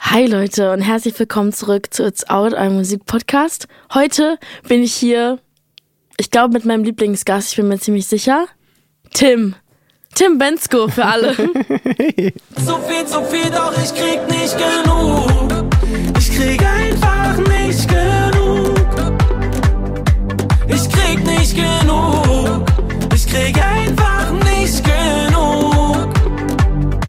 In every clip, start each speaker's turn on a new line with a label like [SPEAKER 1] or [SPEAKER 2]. [SPEAKER 1] Hi Leute und herzlich willkommen zurück zu It's Out, einem Musikpodcast. Heute bin ich hier, ich glaube mit meinem Lieblingsgast, ich bin mir ziemlich sicher, Tim. Tim Bensko für alle.
[SPEAKER 2] Zu viel, zu viel, doch ich krieg nicht genug. Ich krieg einfach nicht genug. Ich krieg nicht genug. Ich krieg einfach nicht genug.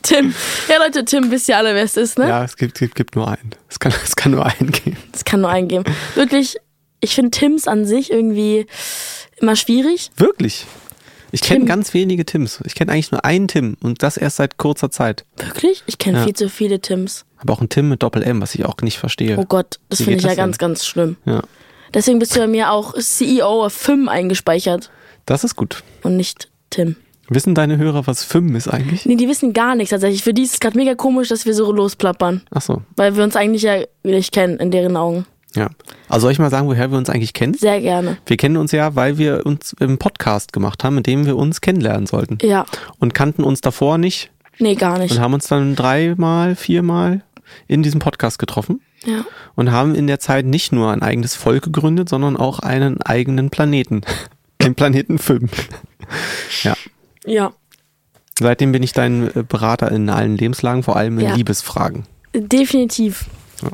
[SPEAKER 1] Tim. Ja Leute, Tim, wisst ihr alle, wer es ist, ne?
[SPEAKER 3] Ja, es gibt, gibt, gibt nur einen. Es kann, es kann nur einen geben.
[SPEAKER 1] Das kann nur eingeben. Wirklich, ich finde Tims an sich irgendwie immer schwierig.
[SPEAKER 3] Wirklich. Ich kenne
[SPEAKER 1] Tim.
[SPEAKER 3] ganz wenige Tims. Ich kenne eigentlich nur einen Tim und das erst seit kurzer Zeit.
[SPEAKER 1] Wirklich? Ich kenne
[SPEAKER 3] Ja.
[SPEAKER 1] viel zu viele Tims.
[SPEAKER 3] Aber auch einen Tim mit Doppel-M, was ich auch nicht verstehe.
[SPEAKER 1] Oh Gott, das
[SPEAKER 3] Wie
[SPEAKER 1] finde
[SPEAKER 3] geht
[SPEAKER 1] ich ja
[SPEAKER 3] das denn?
[SPEAKER 1] ganz, ganz schlimm.
[SPEAKER 3] Ja,
[SPEAKER 1] Deswegen bist du bei mir auch CEO of FIM eingespeichert
[SPEAKER 3] das ist gut.
[SPEAKER 1] und nicht Tim.
[SPEAKER 3] Wissen deine Hörer, was FIM ist eigentlich?
[SPEAKER 1] Nee, die wissen gar nichts tatsächlich. Für die ist es gerade mega komisch, dass wir so losplappern.
[SPEAKER 3] Ach so,
[SPEAKER 1] Weil wir uns eigentlich ja nicht kennen, in deren Augen.
[SPEAKER 3] ja. Also soll ich mal sagen, woher wir uns eigentlich kennen?
[SPEAKER 1] Sehr gerne.
[SPEAKER 3] Wir kennen uns ja, weil wir uns im Podcast gemacht haben, in dem wir uns kennenlernen sollten.
[SPEAKER 1] Ja.
[SPEAKER 3] Und kannten uns davor nicht
[SPEAKER 1] Nee, gar nicht.
[SPEAKER 3] und haben uns dann dreimal, viermal in diesem Podcast getroffen.
[SPEAKER 1] Ja.
[SPEAKER 3] und haben in der Zeit nicht nur ein eigenes Volk gegründet, sondern auch einen eigenen Planeten. Den Planeten 5. Ja.
[SPEAKER 1] Ja.
[SPEAKER 3] Seitdem bin ich dein äh, Berater in allen Lebenslagen, vor allem in
[SPEAKER 1] Ja.
[SPEAKER 3] Liebesfragen.
[SPEAKER 1] Definitiv.
[SPEAKER 3] Ja.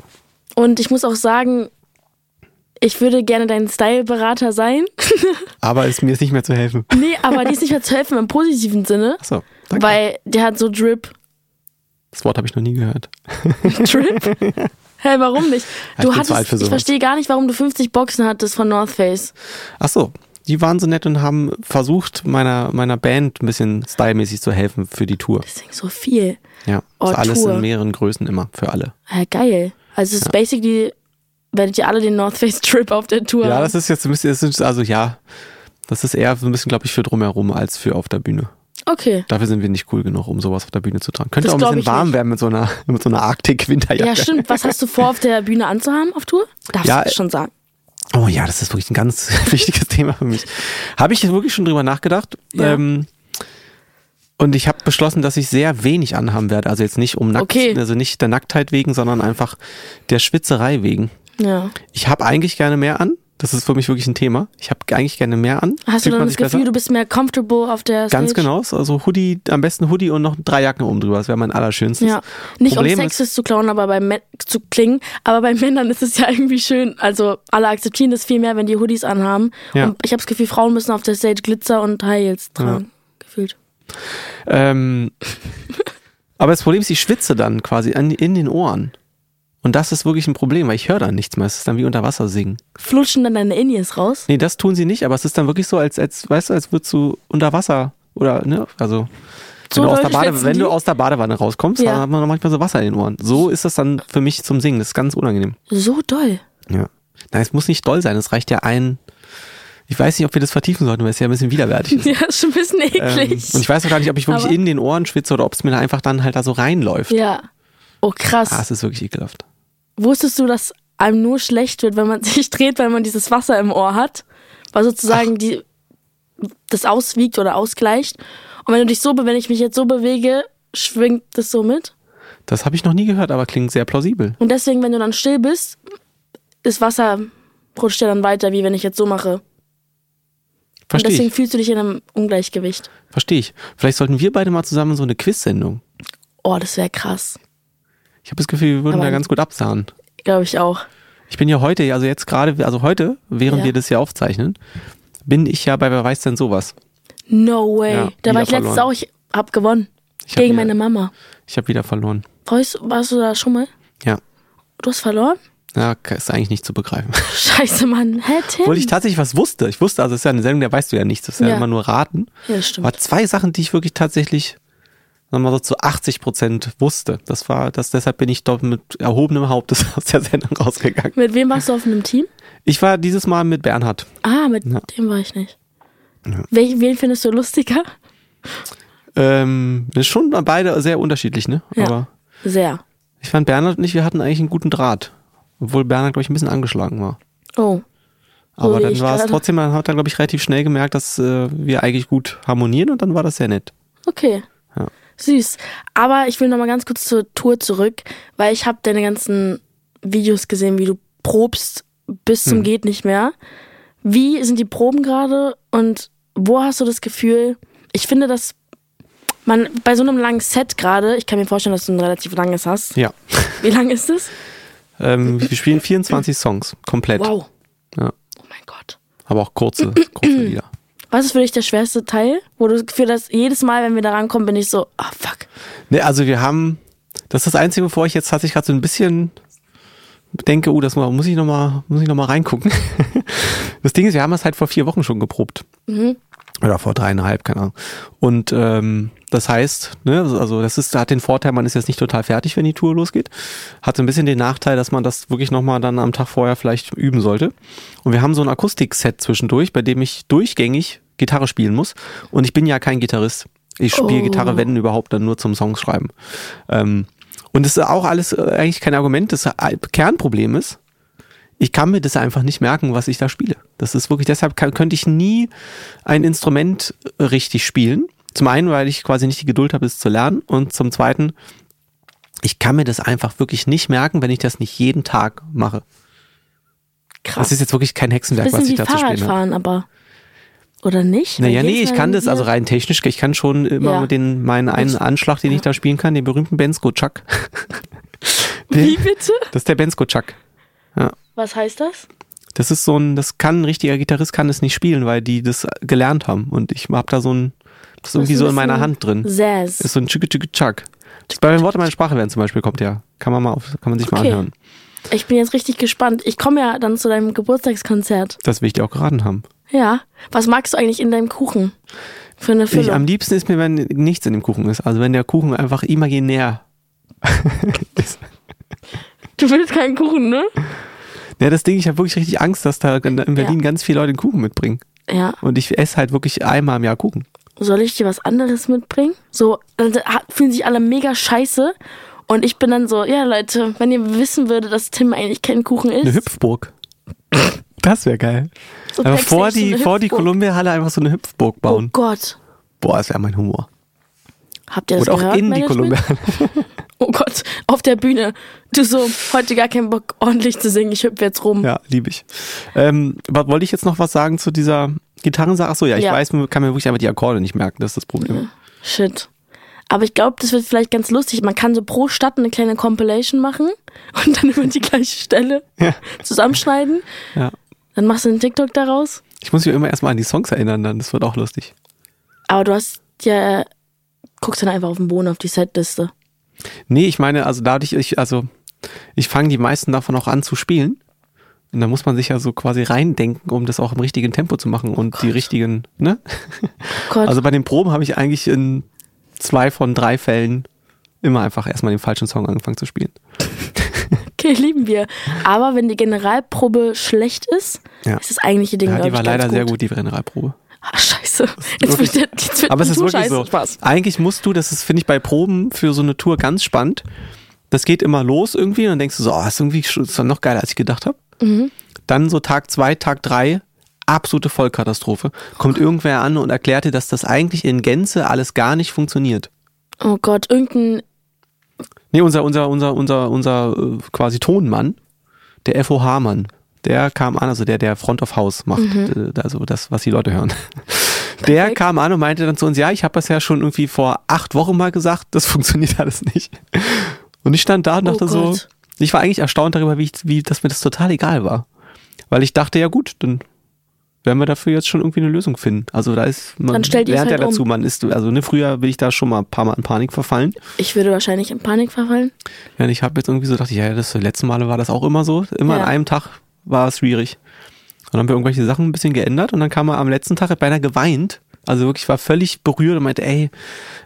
[SPEAKER 1] Und ich muss auch sagen, ich würde gerne dein Styleberater sein.
[SPEAKER 3] Aber es, mir ist nicht mehr zu helfen.
[SPEAKER 1] nee, aber die ist nicht mehr zu helfen im positiven Sinne.
[SPEAKER 3] Achso, danke.
[SPEAKER 1] Weil der hat so Drip.
[SPEAKER 3] das Wort habe ich noch nie gehört.
[SPEAKER 1] Drip? Hä, warum nicht?
[SPEAKER 3] Ja, ich
[SPEAKER 1] Du
[SPEAKER 3] bin zu alt
[SPEAKER 1] hattest,
[SPEAKER 3] für
[SPEAKER 1] ich
[SPEAKER 3] sowas.
[SPEAKER 1] verstehe gar nicht, warum du 50 Boxen hattest von North Face.
[SPEAKER 3] Achso, die waren so nett und haben versucht, meiner, meiner Band ein bisschen stylmäßig zu helfen für die Tour.
[SPEAKER 1] Deswegen so viel.
[SPEAKER 3] Ja,
[SPEAKER 1] Oh,
[SPEAKER 3] ist alles
[SPEAKER 1] Tour.
[SPEAKER 3] in mehreren Größen immer, für alle.
[SPEAKER 1] Ja, geil. Also es ist basically, werdet ihr alle den North Face Drip auf der Tour
[SPEAKER 3] Ja,
[SPEAKER 1] haben.
[SPEAKER 3] das ist jetzt ein bisschen, das ist also ja, das ist eher so ein bisschen, glaube ich, für drumherum als für auf der Bühne.
[SPEAKER 1] Okay.
[SPEAKER 3] Dafür sind wir nicht cool genug, um sowas auf der Bühne zu tragen. Könnte
[SPEAKER 1] Das
[SPEAKER 3] auch ein
[SPEAKER 1] glaub
[SPEAKER 3] bisschen
[SPEAKER 1] ich
[SPEAKER 3] warm
[SPEAKER 1] nicht.
[SPEAKER 3] werden mit so einer, mit so einer
[SPEAKER 1] Ja,
[SPEAKER 3] Arktik-Winterjacke.
[SPEAKER 1] stimmt. Was hast du vor, auf der Bühne anzuhaben auf Tour? Darfst
[SPEAKER 3] Ja,
[SPEAKER 1] du das schon sagen?
[SPEAKER 3] Oh ja, das ist wirklich ein ganz wichtiges Thema für mich. Habe ich jetzt wirklich schon drüber nachgedacht.
[SPEAKER 1] Ja.
[SPEAKER 3] Ähm, und ich habe beschlossen, dass ich sehr wenig anhaben werde. Also jetzt nicht um nackt,
[SPEAKER 1] Okay.
[SPEAKER 3] also nicht der Nacktheit wegen, sondern einfach der Schwitzerei wegen.
[SPEAKER 1] Ja.
[SPEAKER 3] Ich habe eigentlich gerne mehr an. Das ist für mich wirklich ein Thema. Ich habe eigentlich gerne mehr an.
[SPEAKER 1] Hast
[SPEAKER 3] Fühlt
[SPEAKER 1] du
[SPEAKER 3] man
[SPEAKER 1] dann das
[SPEAKER 3] sich
[SPEAKER 1] Gefühl,
[SPEAKER 3] besser?
[SPEAKER 1] du bist mehr comfortable auf der Stage?
[SPEAKER 3] Ganz genau. Also Hoodie, am besten Hoodie und noch drei Jacken oben drüber. Das wäre mein allerschönstes.
[SPEAKER 1] Ja. Nicht
[SPEAKER 3] Problem
[SPEAKER 1] um
[SPEAKER 3] ist-
[SPEAKER 1] sexist zu klauen, aber bei Mä- zu klingen, aber bei Männern ist es ja irgendwie schön. Also alle akzeptieren das viel mehr, wenn die Hoodies anhaben.
[SPEAKER 3] Ja.
[SPEAKER 1] Und ich habe das Gefühl, Frauen müssen auf der Stage Glitzer und High Heels tragen. Gefühlt.
[SPEAKER 3] Ähm, aber das Problem ist, ich schwitze dann quasi an, in den Ohren. Und das ist wirklich ein Problem, weil ich höre dann nichts mehr. Es ist dann wie unter Wasser singen.
[SPEAKER 1] Flutschen dann deine Indies raus?
[SPEAKER 3] Nee, das tun sie nicht, aber es ist dann wirklich so, als, als weißt du, als würdest du unter Wasser oder, ne, also.
[SPEAKER 1] So
[SPEAKER 3] wenn du, aus der,
[SPEAKER 1] deutlich schwitzen
[SPEAKER 3] Bade, wenn
[SPEAKER 1] die?
[SPEAKER 3] du aus der Badewanne rauskommst,
[SPEAKER 1] Ja.
[SPEAKER 3] dann hat man noch manchmal so Wasser in den Ohren. So ist das dann für mich zum Singen. Das ist ganz unangenehm.
[SPEAKER 1] So doll.
[SPEAKER 3] Ja. Nein, es muss nicht doll sein. Es reicht ja ein. Ich weiß nicht, ob wir das vertiefen sollten, weil es ja ein bisschen widerwärtig ist.
[SPEAKER 1] Ja, ist schon ein bisschen
[SPEAKER 3] Ähm,
[SPEAKER 1] eklig.
[SPEAKER 3] und ich weiß auch gar nicht, ob ich wirklich
[SPEAKER 1] Aber-
[SPEAKER 3] in den Ohren schwitze oder ob es mir da einfach dann halt da so reinläuft.
[SPEAKER 1] ja. Oh, krass.
[SPEAKER 3] Ah, es ist wirklich ekelhaft.
[SPEAKER 1] Wusstest du, dass einem nur schlecht wird, wenn man sich dreht, weil man dieses Wasser im Ohr hat? Weil sozusagen die, das auswiegt oder ausgleicht. Und wenn du dich so, be- wenn ich mich jetzt so bewege, schwingt das so mit.
[SPEAKER 3] Das habe ich noch nie gehört, aber klingt sehr plausibel.
[SPEAKER 1] Und deswegen, wenn du dann still bist, das Wasser rutscht ja dann weiter, wie wenn ich jetzt so mache. Und
[SPEAKER 3] Verstehe
[SPEAKER 1] deswegen
[SPEAKER 3] ich.
[SPEAKER 1] fühlst du dich in einem Ungleichgewicht.
[SPEAKER 3] Verstehe ich. Vielleicht sollten wir beide mal zusammen so eine Quiz-Sendung.
[SPEAKER 1] Oh, das wäre krass.
[SPEAKER 3] Ich habe das Gefühl, wir würden
[SPEAKER 1] Aber-
[SPEAKER 3] da ganz gut absahen.
[SPEAKER 1] Glaube ich auch.
[SPEAKER 3] Ich bin ja heute, also jetzt gerade, also heute, während
[SPEAKER 1] Ja.
[SPEAKER 3] wir das hier aufzeichnen, bin ich ja bei Wer weiß denn sowas.
[SPEAKER 1] No way.
[SPEAKER 3] Ja,
[SPEAKER 1] da war
[SPEAKER 3] wieder
[SPEAKER 1] ich letztes
[SPEAKER 3] verloren.
[SPEAKER 1] auch, ich hab gewonnen.
[SPEAKER 3] Ich hab
[SPEAKER 1] gegen
[SPEAKER 3] wieder-
[SPEAKER 1] meine Mama.
[SPEAKER 3] Ich habe wieder verloren.
[SPEAKER 1] Weißt, du- warst du da schon mal?
[SPEAKER 3] Ja.
[SPEAKER 1] Du hast verloren?
[SPEAKER 3] Ja, ist eigentlich nicht zu begreifen.
[SPEAKER 1] Scheiße, Mann. Hä, Tim?
[SPEAKER 3] Obwohl ich tatsächlich was wusste. Ich wusste, also es ist ja eine Sendung, da weißt du ja nichts. Das ist ja,
[SPEAKER 1] Hm. Ja.
[SPEAKER 3] immer nur raten.
[SPEAKER 1] Ja, das stimmt.
[SPEAKER 3] Aber zwei Sachen, die ich wirklich tatsächlich, sagen wir mal so zu 80 Prozent wusste. Das war, das, deshalb bin ich dort mit erhobenem Haupt aus der Sendung rausgegangen.
[SPEAKER 1] Mit wem warst du auf einem Team?
[SPEAKER 3] Ich war dieses Mal mit Bernhard.
[SPEAKER 1] Ah, mit
[SPEAKER 3] Ja.
[SPEAKER 1] dem war ich nicht. Wel wen findest du lustiger?
[SPEAKER 3] Ähm, ist schon beide sehr unterschiedlich, ne?
[SPEAKER 1] Ja.
[SPEAKER 3] Aber
[SPEAKER 1] Sehr.
[SPEAKER 3] ich fand Bernhard und ich, wir hatten eigentlich einen guten Draht. Obwohl Bernhard, glaube ich, ein bisschen angeschlagen war.
[SPEAKER 1] Oh,
[SPEAKER 3] Aber
[SPEAKER 1] wie
[SPEAKER 3] dann
[SPEAKER 1] ich
[SPEAKER 3] war es
[SPEAKER 1] gerade.
[SPEAKER 3] trotzdem, man hat dann, glaube ich, relativ schnell gemerkt, dass äh, wir eigentlich gut harmonieren und dann war das sehr nett.
[SPEAKER 1] okay.
[SPEAKER 3] Ja.
[SPEAKER 1] Süß. Aber ich will nochmal ganz kurz zur Tour zurück, weil ich habe deine ganzen Videos gesehen, wie du probst bis
[SPEAKER 3] Hm.
[SPEAKER 1] zum geht nicht mehr. Wie sind die Proben gerade und wo hast du das Gefühl? Ich finde, dass man bei so einem langen Set gerade, ich kann mir vorstellen, dass du ein relativ langes hast.
[SPEAKER 3] Ja.
[SPEAKER 1] Wie lang ist es?
[SPEAKER 3] Ähm, wir spielen 24 Songs komplett.
[SPEAKER 1] Wow.
[SPEAKER 3] Ja.
[SPEAKER 1] Oh mein Gott.
[SPEAKER 3] Aber auch kurze, kurze Lieder.
[SPEAKER 1] Was ist für dich der schwerste Teil, wo du das Gefühl hast, jedes Mal, wenn wir da rankommen, bin ich so, ah fuck.
[SPEAKER 3] Ne, also wir haben, das ist das Einzige, bevor ich jetzt tatsächlich gerade so ein bisschen denke, oh, das mu- muss ich nochmal, muss ich noch mal reingucken. das Ding ist, wir haben das halt vor vier Wochen schon geprobt. Oder vor dreieinhalb, keine Ahnung. Und ähm, das heißt, ne, also das ist, hat den Vorteil, man ist jetzt nicht total fertig, wenn die Tour losgeht. Hat so ein bisschen den Nachteil, dass man das wirklich nochmal dann am Tag vorher vielleicht üben sollte. Und wir haben so ein Akustikset zwischendurch, bei dem ich durchgängig Gitarre spielen muss. Und ich bin ja kein Gitarrist. Ich spiele
[SPEAKER 1] Oh.
[SPEAKER 3] Gitarre, wenn überhaupt, dann nur zum Songschreiben. Ähm, und das ist auch alles äh, eigentlich kein Argument. Das äh, Kernproblem ist, ich kann mir das einfach nicht merken, was ich da spiele. Das ist wirklich, deshalb kann, könnte ich nie ein Instrument äh, richtig spielen. Zum einen, weil ich quasi nicht die Geduld habe, es zu lernen. Und zum zweiten, ich kann mir das einfach wirklich nicht merken, wenn ich das nicht jeden Tag mache.
[SPEAKER 1] Krass.
[SPEAKER 3] Das ist jetzt wirklich kein Hexenwerk,
[SPEAKER 1] Bisschen
[SPEAKER 3] was ich
[SPEAKER 1] wie
[SPEAKER 3] da zu spielen habe.
[SPEAKER 1] Fahrradfahren, aber. Oder nicht?
[SPEAKER 3] Naja,
[SPEAKER 1] Weil
[SPEAKER 3] nee,
[SPEAKER 1] jedes
[SPEAKER 3] ich
[SPEAKER 1] Mal,
[SPEAKER 3] kann
[SPEAKER 1] wenn
[SPEAKER 3] das,
[SPEAKER 1] wir-
[SPEAKER 3] also rein technisch, ich kann schon immer
[SPEAKER 1] Ja.
[SPEAKER 3] mit den, meinen einen Anschlag, den ich da spielen kann, den berühmten Bensko-Chuck.
[SPEAKER 1] Wie bitte?
[SPEAKER 3] Das ist der Bensko-Chuck.
[SPEAKER 1] Was heißt das?
[SPEAKER 3] Das ist so ein, das kann ein richtiger Gitarrist kann es nicht spielen, weil die das gelernt haben. Und ich hab da so ein, das ist irgendwie
[SPEAKER 1] ein
[SPEAKER 3] so in meiner
[SPEAKER 1] bisschen
[SPEAKER 3] Hand drin. Ist
[SPEAKER 1] Zazz.
[SPEAKER 3] so ein tschicke tschicke tschak. Das Bei den Worten meiner Sprache werden zum Beispiel kommt ja. Kann man mal auf, kann man sich mal
[SPEAKER 1] Okay.
[SPEAKER 3] anhören.
[SPEAKER 1] Ich bin jetzt richtig gespannt. Ich komme ja dann zu deinem Geburtstagskonzert.
[SPEAKER 3] Das will ich dir auch geraten haben.
[SPEAKER 1] Ja. Was magst du eigentlich in deinem Kuchen? Für eine
[SPEAKER 3] Ich, am
[SPEAKER 1] Füllung.
[SPEAKER 3] liebsten ist mir, wenn nichts in dem Kuchen ist. Also wenn der Kuchen einfach imaginär ist.
[SPEAKER 1] Du willst keinen Kuchen, ne?
[SPEAKER 3] Ja, das Ding, ich habe wirklich richtig Angst, dass da in in Berlin ganz viele Leute den Kuchen mitbringen.
[SPEAKER 1] Ja.
[SPEAKER 3] Und ich esse halt wirklich einmal im Jahr Kuchen.
[SPEAKER 1] Soll ich dir was anderes mitbringen? So, dann ha- fühlen sich alle mega scheiße. Und ich bin dann so, ja Leute, wenn ihr wissen würdet, dass Tim eigentlich kein Kuchen
[SPEAKER 3] Eine
[SPEAKER 1] ist.
[SPEAKER 3] Hüpfburg. Das wäre geil.
[SPEAKER 1] so
[SPEAKER 3] Aber
[SPEAKER 1] texte
[SPEAKER 3] vor
[SPEAKER 1] ich so
[SPEAKER 3] die,
[SPEAKER 1] eine
[SPEAKER 3] vor die
[SPEAKER 1] Hüpfburg.
[SPEAKER 3] Columbia-Halle einfach so eine Hüpfburg
[SPEAKER 1] Oh
[SPEAKER 3] bauen.
[SPEAKER 1] Gott.
[SPEAKER 3] Boah, das wäre mein Humor.
[SPEAKER 1] Habt ihr das
[SPEAKER 3] Oder auch
[SPEAKER 1] gehört?
[SPEAKER 3] in die
[SPEAKER 1] Management?
[SPEAKER 3] Columbia-Halle.
[SPEAKER 1] Oh Gott, auf der Bühne. Du so, heute gar keinen Bock, ordentlich zu singen. Ich hüpfe jetzt rum.
[SPEAKER 3] Ja, liebe ich. Ähm, wa- wollte ich jetzt noch was sagen zu dieser Gitarrensache? Ach so, ja, ich
[SPEAKER 1] Ja.
[SPEAKER 3] weiß, man kann mir wirklich einfach die Akkorde nicht merken. Das ist das Problem.
[SPEAKER 1] Shit. Aber ich glaube, das wird vielleicht ganz lustig. Man kann so pro Stadt eine kleine Compilation machen und dann immer die gleiche Stelle
[SPEAKER 3] Ja.
[SPEAKER 1] zusammenschneiden.
[SPEAKER 3] Ja.
[SPEAKER 1] Dann machst du einen TikTok daraus.
[SPEAKER 3] Ich muss mich immer erstmal an die Songs erinnern, dann das wird auch lustig.
[SPEAKER 1] Aber du hast ja, guckst dann einfach auf den Boden, auf die Setliste.
[SPEAKER 3] Nee, ich meine, also dadurch, ich, also ich fange die meisten davon auch an zu spielen. Und da muss man sich ja so quasi reindenken, um das auch im richtigen Tempo zu machen
[SPEAKER 1] Oh
[SPEAKER 3] und die richtigen, ne?
[SPEAKER 1] Gott,
[SPEAKER 3] Also bei den Proben habe ich eigentlich in zwei von drei Fällen immer einfach erstmal den falschen Song angefangen zu spielen.
[SPEAKER 1] okay, lieben wir. Aber wenn die Generalprobe schlecht ist,
[SPEAKER 3] Ja.
[SPEAKER 1] ist das eigentliche Ding,
[SPEAKER 3] Ja,
[SPEAKER 1] glaub
[SPEAKER 3] die
[SPEAKER 1] ich,
[SPEAKER 3] war
[SPEAKER 1] ganz
[SPEAKER 3] leider sehr gut, die Generalprobe.
[SPEAKER 1] Ah, scheiße. Jetzt
[SPEAKER 3] wirklich-
[SPEAKER 1] wird, der, jetzt wird
[SPEAKER 3] Aber es
[SPEAKER 1] die
[SPEAKER 3] ist
[SPEAKER 1] Tour
[SPEAKER 3] wirklich
[SPEAKER 1] scheiße.
[SPEAKER 3] so.
[SPEAKER 1] Spaß.
[SPEAKER 3] Eigentlich musst du, das ist, finde ich, bei Proben für so eine Tour ganz spannend. Das geht immer los irgendwie und dann denkst du so, oh, ist irgendwie schon- ist doch noch geiler, als ich gedacht habe.
[SPEAKER 1] Mhm.
[SPEAKER 3] Dann so Tag zwei, Tag drei, absolute Vollkatastrophe. Kommt irgendwer an und erklärt dir, dass das eigentlich in Gänze alles gar nicht funktioniert.
[SPEAKER 1] Oh Gott, irgendein
[SPEAKER 3] Nee, unser, unser, unser, unser, unser äh, quasi Tonmann, der FOH-Mann, der kam an, also der, der Front of House macht,
[SPEAKER 1] Mhm.
[SPEAKER 3] äh, also das, was die Leute hören. Der kam an und meinte dann zu uns, ja, ich habe das ja schon irgendwie vor acht Wochen mal gesagt, das funktioniert alles nicht. Und ich stand da und
[SPEAKER 1] Oh
[SPEAKER 3] dachte so,
[SPEAKER 1] Gott.
[SPEAKER 3] ich war eigentlich erstaunt darüber, wie, ich, wie dass mir das total egal war. Weil ich dachte, ja gut, dann werden wir dafür jetzt schon irgendwie eine Lösung finden. Also da ist, man
[SPEAKER 1] Dann stellt
[SPEAKER 3] lernt
[SPEAKER 1] ihr es
[SPEAKER 3] ja
[SPEAKER 1] halt um.
[SPEAKER 3] dazu, man ist, also ne, früher bin ich da schon mal ein paar Mal in Panik verfallen.
[SPEAKER 1] Ich würde wahrscheinlich in Panik verfallen.
[SPEAKER 3] Ja, und ich habe jetzt irgendwie so gedacht, ja, ja, das letzte Male war das auch immer so. Immer
[SPEAKER 1] Ja.
[SPEAKER 3] an einem Tag war es schwierig. Und dann haben wir irgendwelche Sachen ein bisschen geändert und dann kam er am letzten Tag hat beinahe geweint. Also wirklich war völlig berührt und meinte, ey,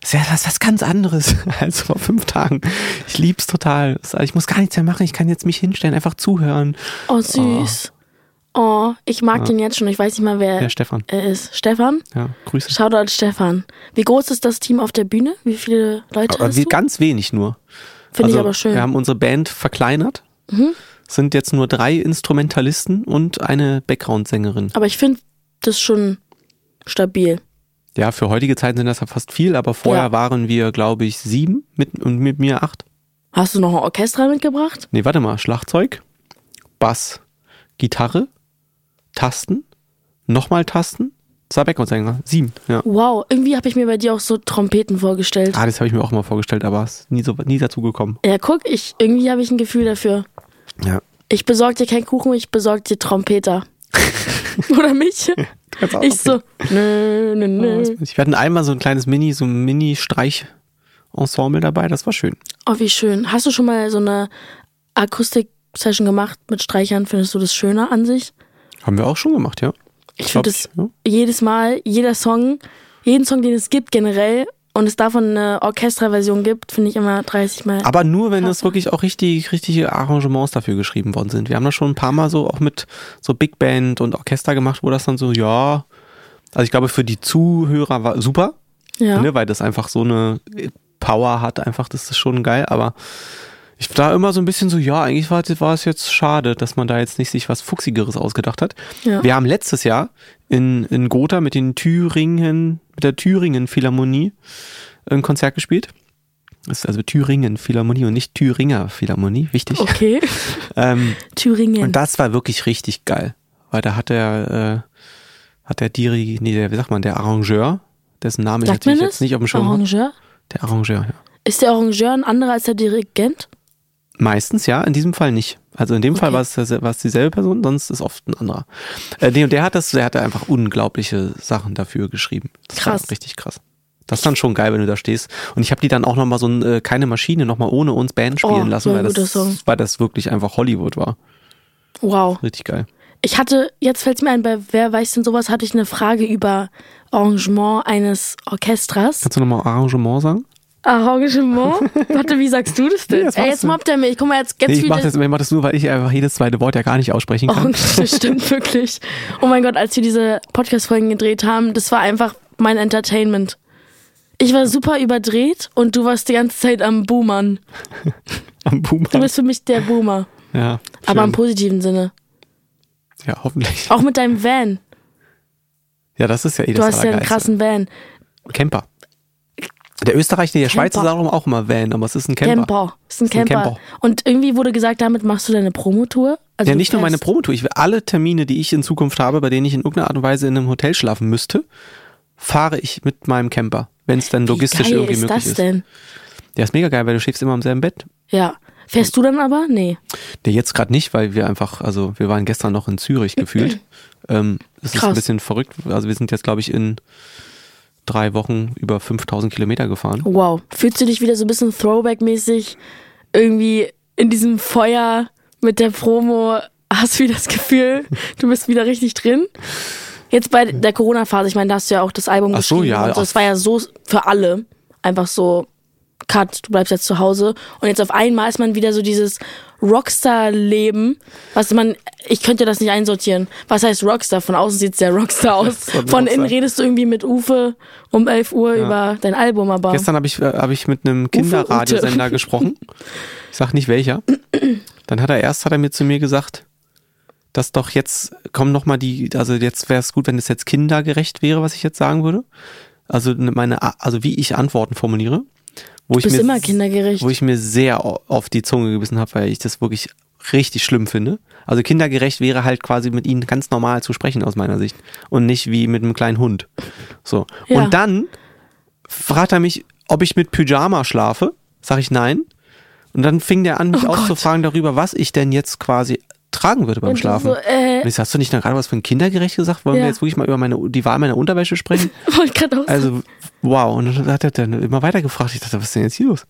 [SPEAKER 3] das ist ja was, was ganz anderes als vor fünf Tagen. Ich lieb's total. Ich muss gar nichts mehr machen. Ich kann jetzt mich hinstellen, einfach zuhören.
[SPEAKER 1] Oh, süß. Oh, ich mag den jetzt schon. Ich weiß nicht mal, wer
[SPEAKER 3] Ja, Stefan.
[SPEAKER 1] er ist. Stefan?
[SPEAKER 3] Ja, Grüße.
[SPEAKER 1] Shoutout Stefan. Wie groß ist das Team auf der Bühne? Wie viele Leute
[SPEAKER 3] Aber
[SPEAKER 1] hast
[SPEAKER 3] wie,
[SPEAKER 1] du?
[SPEAKER 3] ganz wenig nur.
[SPEAKER 1] Finde ich
[SPEAKER 3] Also,
[SPEAKER 1] aber schön. Mhm.
[SPEAKER 3] Wir haben unsere Band verkleinert. Sind jetzt nur drei Instrumentalisten und eine Background-Sängerin.
[SPEAKER 1] aber ich finde das schon stabil.
[SPEAKER 3] Ja, für heutige Zeiten sind das ja fast viel, aber vorher
[SPEAKER 1] Ja.
[SPEAKER 3] waren wir, glaube ich, sieben mit, und mit mir acht.
[SPEAKER 1] Hast du noch ein Orchester mitgebracht?
[SPEAKER 3] Nee, warte mal. Schlagzeug, Bass, Gitarre, Tasten, nochmal Tasten, zwei Background-Sänger. Sieben, ja.
[SPEAKER 1] Wow, irgendwie habe ich mir bei dir auch so Trompeten vorgestellt.
[SPEAKER 3] Ah, das habe ich mir auch mal vorgestellt, aber ist nie, so, nie dazu gekommen.
[SPEAKER 1] Ja, guck, ich, irgendwie habe ich ein Gefühl dafür.
[SPEAKER 3] Ja.
[SPEAKER 1] Ich besorge dir keinen Kuchen, ich besorge dir Trompeter. Oder mich?
[SPEAKER 3] kannst auch
[SPEAKER 1] ich so, nö, nö, nö.
[SPEAKER 3] Wir hatten einmal so ein kleines Mini, so ein Mini-Streich-Ensemble dabei, das war schön.
[SPEAKER 1] Oh, wie schön. Hast du schon mal so eine Akustik-Session gemacht mit Streichern? Findest du das schöner an sich?
[SPEAKER 3] Haben wir auch schon gemacht, ja.
[SPEAKER 1] Ich
[SPEAKER 3] Glaub
[SPEAKER 1] finde es
[SPEAKER 3] ich, ja.
[SPEAKER 1] jedes Mal, jeder Song, jeden Song, den es gibt generell und es davon eine Orchesterversion gibt, finde ich immer 30 Mal.
[SPEAKER 3] Aber nur, wenn es wirklich auch richtig, richtige Arrangements dafür geschrieben worden sind. Wir haben das schon ein paar Mal so auch mit so Big Band und Orchester gemacht, wo das dann so, ja. Also ich glaube, für die Zuhörer war super,
[SPEAKER 1] ja.
[SPEAKER 3] ne, weil das einfach so eine äh, Power hat, einfach, das ist schon geil, aber ich war immer so ein bisschen so, ja, eigentlich war, war es jetzt schade, dass man da jetzt nicht sich was Fuchsigeres ausgedacht hat.
[SPEAKER 1] Ja.
[SPEAKER 3] Wir haben letztes Jahr in, in Gotha mit den Thüringen, mit der Thüringen Philharmonie äh, ein Konzert gespielt. Das ist also Thüringen Philharmonie und nicht Thüringer Philharmonie, wichtig.
[SPEAKER 1] Okay.
[SPEAKER 3] Ähm,
[SPEAKER 1] Thüringen.
[SPEAKER 3] und das war wirklich richtig geil, weil da hat der, äh, hat der Diri, nee, der, wie sagt man, der Arrangeur, dessen Name ich
[SPEAKER 1] Sagt man
[SPEAKER 3] natürlich
[SPEAKER 1] das?
[SPEAKER 3] jetzt nicht auf dem Schirm habe.
[SPEAKER 1] Arrangeur?
[SPEAKER 3] Der Arrangeur, ja.
[SPEAKER 1] Ist der Arrangeur ein anderer als der Dirigent?
[SPEAKER 3] Meistens ja, in diesem Fall nicht. Also in dem Fall war es, derse- war es dieselbe Person, sonst ist oft ein anderer. Äh, nee, und der hat das, der hat da einfach unglaubliche Sachen dafür geschrieben. Das
[SPEAKER 1] Krass.
[SPEAKER 3] War richtig krass. Das ist dann schon geil, wenn du da stehst. Und ich habe die dann auch nochmal so ein äh, keine Maschine nochmal ohne uns Band
[SPEAKER 1] Oh,
[SPEAKER 3] spielen lassen,
[SPEAKER 1] so ein
[SPEAKER 3] weil
[SPEAKER 1] guter
[SPEAKER 3] das,
[SPEAKER 1] Song.
[SPEAKER 3] weil das wirklich einfach Hollywood war.
[SPEAKER 1] Wow.
[SPEAKER 3] Richtig geil.
[SPEAKER 1] Ich hatte, jetzt fällt es mir ein, bei Wer weiß denn sowas, hatte ich eine Frage über Arrangement eines Orchesters.
[SPEAKER 3] Kannst du nochmal Arrangement sagen?
[SPEAKER 1] Arrangement? Warte, wie sagst du das denn?
[SPEAKER 3] Nee, das
[SPEAKER 1] Ey,
[SPEAKER 3] war's
[SPEAKER 1] jetzt
[SPEAKER 3] denn.
[SPEAKER 1] mobbt er mich. Guck mal, jetzt ganz
[SPEAKER 3] Nee, ich
[SPEAKER 1] viele...
[SPEAKER 3] mach das, ich mach das nur, weil ich einfach jedes zweite Wort ja gar nicht aussprechen
[SPEAKER 1] Oh,
[SPEAKER 3] kann.
[SPEAKER 1] das stimmt wirklich. Oh mein Gott, als wir diese Podcast-Folgen gedreht haben, das war einfach mein Entertainment. Ich war super überdreht und du warst die ganze Zeit am Boomern.
[SPEAKER 3] Am Boomer.
[SPEAKER 1] Du bist für mich der Boomer.
[SPEAKER 3] ja, schön.
[SPEAKER 1] Aber im positiven Sinne.
[SPEAKER 3] ja, hoffentlich.
[SPEAKER 1] Auch mit deinem Van.
[SPEAKER 3] Ja, das ist ja
[SPEAKER 1] Du
[SPEAKER 3] eh das
[SPEAKER 1] hast ja einen
[SPEAKER 3] Allergeilste.
[SPEAKER 1] krassen Van.
[SPEAKER 3] Camper. Der Österreicher, der Schweizer
[SPEAKER 1] Camper.
[SPEAKER 3] sagen auch immer Van, aber es ist ein Camper.
[SPEAKER 1] Camper. Ist ein
[SPEAKER 3] Ist ein
[SPEAKER 1] Camper.
[SPEAKER 3] Camper.
[SPEAKER 1] Und irgendwie wurde gesagt, damit machst du deine Promotour. Also
[SPEAKER 3] Ja,
[SPEAKER 1] du
[SPEAKER 3] nicht nur meine
[SPEAKER 1] fährst-
[SPEAKER 3] Promotour. Ich will alle Termine, die ich in Zukunft habe, bei denen ich in irgendeiner Art und Weise in einem Hotel schlafen müsste, fahre ich mit meinem Camper, wenn es dann
[SPEAKER 1] Wie
[SPEAKER 3] logistisch
[SPEAKER 1] geil
[SPEAKER 3] irgendwie
[SPEAKER 1] ist
[SPEAKER 3] möglich
[SPEAKER 1] das
[SPEAKER 3] ist.
[SPEAKER 1] denn?
[SPEAKER 3] Der ist mega geil, weil du schläfst immer im selben Bett.
[SPEAKER 1] Ja. Fährst du dann aber? Nee.
[SPEAKER 3] Der jetzt gerade nicht, weil wir einfach, also wir waren gestern noch in Zürich gefühlt. ähm, das ist
[SPEAKER 1] Krass.
[SPEAKER 3] ein bisschen verrückt. Also wir sind jetzt, glaube ich, in drei Wochen über 5000 Kilometer gefahren.
[SPEAKER 1] Wow. Fühlst du dich wieder so ein bisschen Throwback-mäßig irgendwie in diesem Feuer mit der Promo? Hast du wieder das Gefühl, du bist wieder richtig drin? Jetzt bei der Corona-Phase, ich meine, da hast du ja auch das Album
[SPEAKER 3] Ach so,
[SPEAKER 1] geschrieben.
[SPEAKER 3] ja,
[SPEAKER 1] und so.
[SPEAKER 3] auf-
[SPEAKER 1] Das war ja so für alle einfach so, cut, du bleibst jetzt zu Hause. Und jetzt auf einmal ist man wieder so dieses Rockstar-Leben, was man, ich könnte das nicht einsortieren. Was heißt Rockstar? Von außen sieht es sehr Rockstar aus.
[SPEAKER 3] ist so ein
[SPEAKER 1] Von innen
[SPEAKER 3] Rockstar.
[SPEAKER 1] redest du irgendwie mit Ufe um 11 Uhr über dein Album, aber...
[SPEAKER 3] Gestern habe ich, äh, hab ich mit einem Kinderradiosender gesprochen. Ich sag nicht welcher. Dann hat er erst hat er mir zu mir gesagt, dass doch jetzt kommen noch mal die, also jetzt wäre es gut, wenn es jetzt kindergerecht wäre, was ich jetzt sagen würde. Also ne- meine, A- also wie ich Antworten formuliere, wo ich
[SPEAKER 1] bist
[SPEAKER 3] mir
[SPEAKER 1] immer
[SPEAKER 3] s-
[SPEAKER 1] kindergerecht.
[SPEAKER 3] wo ich mir sehr au- auf die Zunge gebissen habe, weil ich das wirklich richtig schlimm finde. Also kindergerecht wäre halt quasi mit ihnen ganz normal zu sprechen aus meiner Sicht und nicht wie mit einem kleinen Hund. So.
[SPEAKER 1] Ja.
[SPEAKER 3] Und dann fragt er mich, ob ich mit Pyjama schlafe. Sag ich nein. Und dann fing der an, mich
[SPEAKER 1] Oh
[SPEAKER 3] auszufragen darüber, was ich denn jetzt quasi tragen würde beim
[SPEAKER 1] Und du
[SPEAKER 3] Schlafen.
[SPEAKER 1] so, äh.
[SPEAKER 3] und ich sag, hast du nicht gerade was von kindergerecht gesagt? Wollen
[SPEAKER 1] Ja.
[SPEAKER 3] wir jetzt wirklich mal über meine, die Wahl meiner Unterwäsche sprechen?
[SPEAKER 1] Wollte gerade auch sagen.
[SPEAKER 3] Also, wow. Und dann hat er dann immer weiter gefragt. Ich dachte, was ist denn jetzt hier los?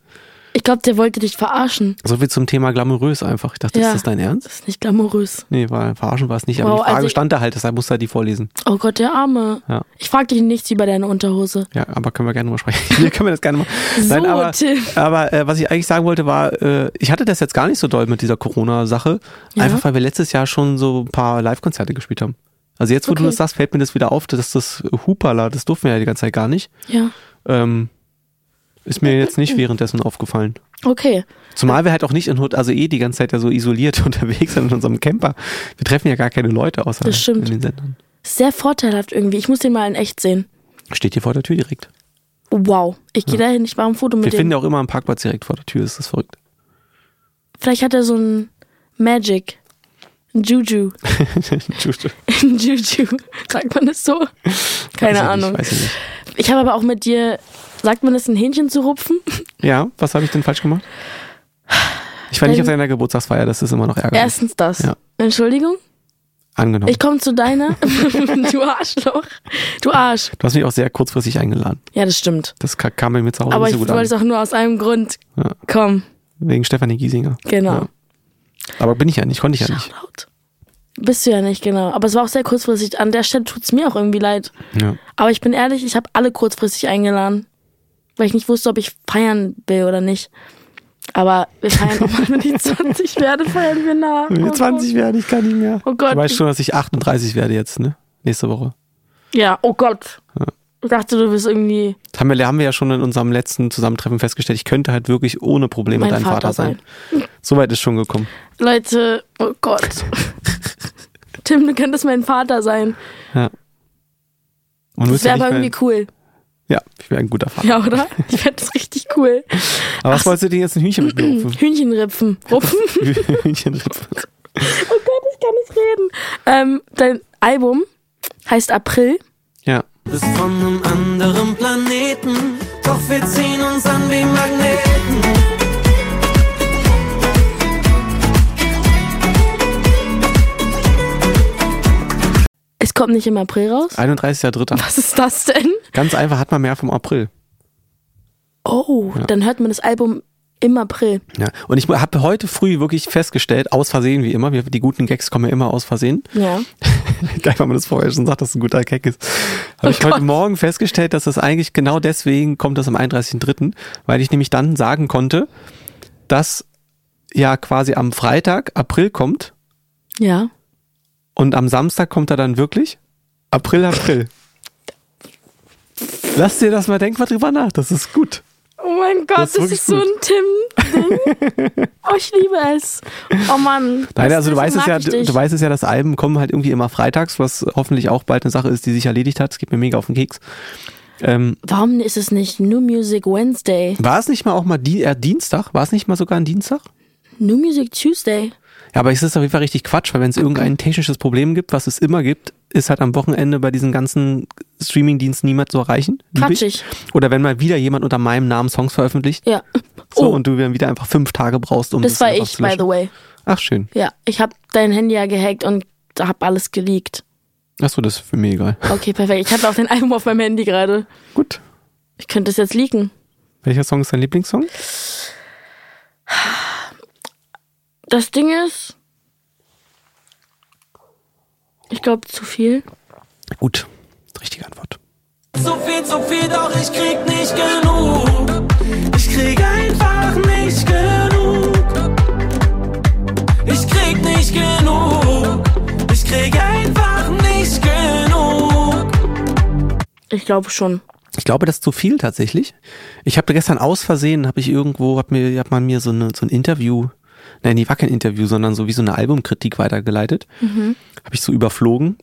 [SPEAKER 1] Ich glaube, der wollte dich verarschen.
[SPEAKER 3] So viel zum Thema glamourös einfach. Ich dachte,
[SPEAKER 1] Ja.
[SPEAKER 3] ist das dein Ernst?
[SPEAKER 1] Das ist nicht glamourös.
[SPEAKER 3] Nee, war, verarschen war es nicht, aber
[SPEAKER 1] Wow,
[SPEAKER 3] die Frage
[SPEAKER 1] also ich-
[SPEAKER 3] stand da halt, deshalb musste er die vorlesen.
[SPEAKER 1] Oh Gott, der Arme.
[SPEAKER 3] Ja.
[SPEAKER 1] Ich frag dich nichts über deine Unterhose.
[SPEAKER 3] Ja, aber können wir gerne mal sprechen. Hier können wir das gerne mal.
[SPEAKER 1] So,
[SPEAKER 3] Nein, aber,
[SPEAKER 1] Tim.
[SPEAKER 3] aber äh, was ich eigentlich sagen wollte, war, äh, ich hatte das jetzt gar nicht so doll mit dieser Corona-Sache,
[SPEAKER 1] Ja.
[SPEAKER 3] einfach weil wir letztes Jahr schon so ein paar Live-Konzerte gespielt haben. Also jetzt, wo
[SPEAKER 1] Okay.
[SPEAKER 3] du das sagst, fällt mir das wieder auf, dass das äh, Hupala, das durften wir ja die ganze Zeit gar nicht.
[SPEAKER 1] Ja.
[SPEAKER 3] Ähm, ist mir jetzt nicht währenddessen aufgefallen.
[SPEAKER 1] Okay.
[SPEAKER 3] Zumal wir halt auch nicht in Hut, also eh die ganze Zeit ja so isoliert unterwegs sind in unserem Camper. Wir treffen ja gar keine Leute außer
[SPEAKER 1] Das stimmt.
[SPEAKER 3] in den Sendern.
[SPEAKER 1] Sehr vorteilhaft irgendwie. Ich muss den mal in echt sehen.
[SPEAKER 3] Steht hier vor der Tür direkt.
[SPEAKER 1] Wow. Ich gehe dahin, ich mache ein Foto
[SPEAKER 3] Wir
[SPEAKER 1] mit
[SPEAKER 3] finden
[SPEAKER 1] dem.
[SPEAKER 3] auch immer einen Parkplatz direkt vor der Tür, das ist verrückt.
[SPEAKER 1] Vielleicht hat er so ein Magic. Ein Juju. Ein Juju. Sagt man das so? Keine Ahnung.
[SPEAKER 3] Nicht, weiß Also ich nicht.
[SPEAKER 1] Ich habe aber auch mit dir, sagt man das, ein Hähnchen zu rupfen?
[SPEAKER 3] Ja, was habe ich denn falsch gemacht? Ich war nicht
[SPEAKER 1] Dein-
[SPEAKER 3] auf deiner Geburtstagsfeier, das ist immer noch ärgerlich.
[SPEAKER 1] Erstens das.
[SPEAKER 3] Ja.
[SPEAKER 1] Entschuldigung?
[SPEAKER 3] Angenommen.
[SPEAKER 1] Ich komme zu deiner. du Arschloch. Du Arsch.
[SPEAKER 3] du hast mich auch sehr kurzfristig eingeladen.
[SPEAKER 1] Ja, das stimmt.
[SPEAKER 3] Das ka- kam bei mir zu Hause
[SPEAKER 1] Aber
[SPEAKER 3] nicht
[SPEAKER 1] ich
[SPEAKER 3] so gut
[SPEAKER 1] wollte
[SPEAKER 3] an.
[SPEAKER 1] es auch nur aus einem Grund.
[SPEAKER 3] Ja.
[SPEAKER 1] Komm,
[SPEAKER 3] Wegen Stefanie Giesinger.
[SPEAKER 1] genau.
[SPEAKER 3] Aber bin ich ja nicht, konnte ich ja nicht.
[SPEAKER 1] Shoutout. Bist du ja nicht, genau. Aber es war auch sehr kurzfristig. An der Stelle tut es mir auch irgendwie leid.
[SPEAKER 3] Ja.
[SPEAKER 1] Aber ich bin ehrlich, ich habe alle kurzfristig eingeladen. Weil ich nicht wusste, ob ich feiern will oder nicht. Aber wir feiern auch mal, wenn ich 20 werde, feiern wir nach.
[SPEAKER 3] Wenn wir 20 werden, ich kann nicht mehr.
[SPEAKER 1] Oh Gott.
[SPEAKER 3] Du weißt schon, dass ich 38 werde jetzt, ne? Nächste Woche.
[SPEAKER 1] Ja, oh Gott. Ich dachte, du bist irgendwie
[SPEAKER 3] Das haben wir, haben wir ja schon in unserem letzten Zusammentreffen festgestellt, ich könnte halt wirklich ohne Probleme
[SPEAKER 1] Mein
[SPEAKER 3] dein
[SPEAKER 1] Vater
[SPEAKER 3] Vater, sein. So weit ist schon gekommen.
[SPEAKER 1] Leute, oh Gott. Tim, du könntest mein Vater sein.
[SPEAKER 3] Und du
[SPEAKER 1] Das
[SPEAKER 3] bist ja
[SPEAKER 1] wäre aber
[SPEAKER 3] nicht
[SPEAKER 1] irgendwie
[SPEAKER 3] mehr,
[SPEAKER 1] cool.
[SPEAKER 3] Ja, ich wäre ein guter Vater.
[SPEAKER 1] Ja, oder? Ich fände das richtig cool.
[SPEAKER 3] Aber was wolltest du denn jetzt ein Hühnchen
[SPEAKER 1] Mhm.
[SPEAKER 3] mitberufen?
[SPEAKER 1] Hühnchenripfen. Rupfen?
[SPEAKER 3] Hühnchen.
[SPEAKER 1] Oh Ich kann nicht reden. Ähm, dein Album heißt April.
[SPEAKER 3] Ja.
[SPEAKER 2] bist von einem anderen Planeten, doch wir ziehen uns an wie Magneten.
[SPEAKER 1] Es kommt nicht im April raus.
[SPEAKER 3] 31.3.
[SPEAKER 1] Was ist das denn?
[SPEAKER 3] Ganz einfach hat man mehr vom April.
[SPEAKER 1] Oh, dann hört man das Album im April.
[SPEAKER 3] Ja. Und ich habe heute früh wirklich festgestellt, aus Versehen wie immer, wir- die guten Gags kommen ja immer aus Versehen.
[SPEAKER 1] Ja.
[SPEAKER 3] Geil, wenn man das vorher schon sagt, dass es ein guter Gag ist. Habe ich heute Morgen festgestellt, dass das eigentlich genau deswegen kommt das am 31.3., weil ich nämlich dann sagen konnte, dass ja quasi am Freitag April kommt
[SPEAKER 1] Ja.
[SPEAKER 3] und am Samstag kommt er dann wirklich April, April. Lass dir das mal denken, mal drüber nach, das ist gut.
[SPEAKER 1] Oh mein Gott,
[SPEAKER 3] Das
[SPEAKER 1] das
[SPEAKER 3] ist
[SPEAKER 1] ist,
[SPEAKER 3] wirklich
[SPEAKER 1] so ein Tim-Ding. oh, ich liebe es. Oh Mann.
[SPEAKER 3] Nein,
[SPEAKER 1] Das-
[SPEAKER 3] also
[SPEAKER 1] deswegen
[SPEAKER 3] du weißt es
[SPEAKER 1] mag
[SPEAKER 3] ja,
[SPEAKER 1] ich dich.
[SPEAKER 3] du weißt es ja, dass Alben kommen halt irgendwie immer freitags, was hoffentlich auch bald eine Sache ist, die sich erledigt hat. Es geht mir mega auf den Keks. Ähm,
[SPEAKER 1] Warum ist es nicht New Music Wednesday?
[SPEAKER 3] war es nicht mal auch mal di äh, Dienstag? War es nicht mal sogar ein Dienstag?
[SPEAKER 1] New Music Tuesday?
[SPEAKER 3] Ja, aber es ist auf jeden Fall richtig Quatsch, weil wenn es irgendein technisches Problem gibt, was es immer gibt, ist halt am Wochenende bei diesen ganzen Streamingdiensten niemand zu erreichen. Lieb ich.
[SPEAKER 1] Quatschig.
[SPEAKER 3] Oder wenn mal wieder jemand unter meinem Namen Songs veröffentlicht
[SPEAKER 1] Ja.
[SPEAKER 3] so,
[SPEAKER 1] oh,
[SPEAKER 3] und du dann wieder einfach fünf Tage brauchst, um das,
[SPEAKER 1] das war
[SPEAKER 3] einfach
[SPEAKER 1] ich,
[SPEAKER 3] zu
[SPEAKER 1] by
[SPEAKER 3] löschen.
[SPEAKER 1] the way.
[SPEAKER 3] Ach schön.
[SPEAKER 1] Ja, ich habe dein Handy ja gehackt und habe alles geleakt.
[SPEAKER 3] Ach so, das ist für mich egal.
[SPEAKER 1] Okay, perfekt. Ich hatte auch dein Album auf meinem Handy gerade.
[SPEAKER 3] Gut.
[SPEAKER 1] Ich könnte es jetzt leaken.
[SPEAKER 3] Welcher Song ist dein Lieblingssong?
[SPEAKER 1] Das Ding ist, ich glaube zu viel.
[SPEAKER 3] Gut. Richtige Antwort.
[SPEAKER 2] Zu viel, zu viel, doch ich krieg nicht genug. Ich krieg einfach nicht genug. Ich krieg nicht genug. Ich krieg einfach nicht genug.
[SPEAKER 1] Ich glaube schon.
[SPEAKER 3] Ich glaube, das ist zu viel tatsächlich. Ich habe gestern aus Versehen, habe ich irgendwo, hat mir, hat man mir so, eine, so ein Interview, nein, die war kein Interview, sondern so wie so eine Albumkritik weitergeleitet.
[SPEAKER 1] Mhm.
[SPEAKER 3] Habe ich so überflogen.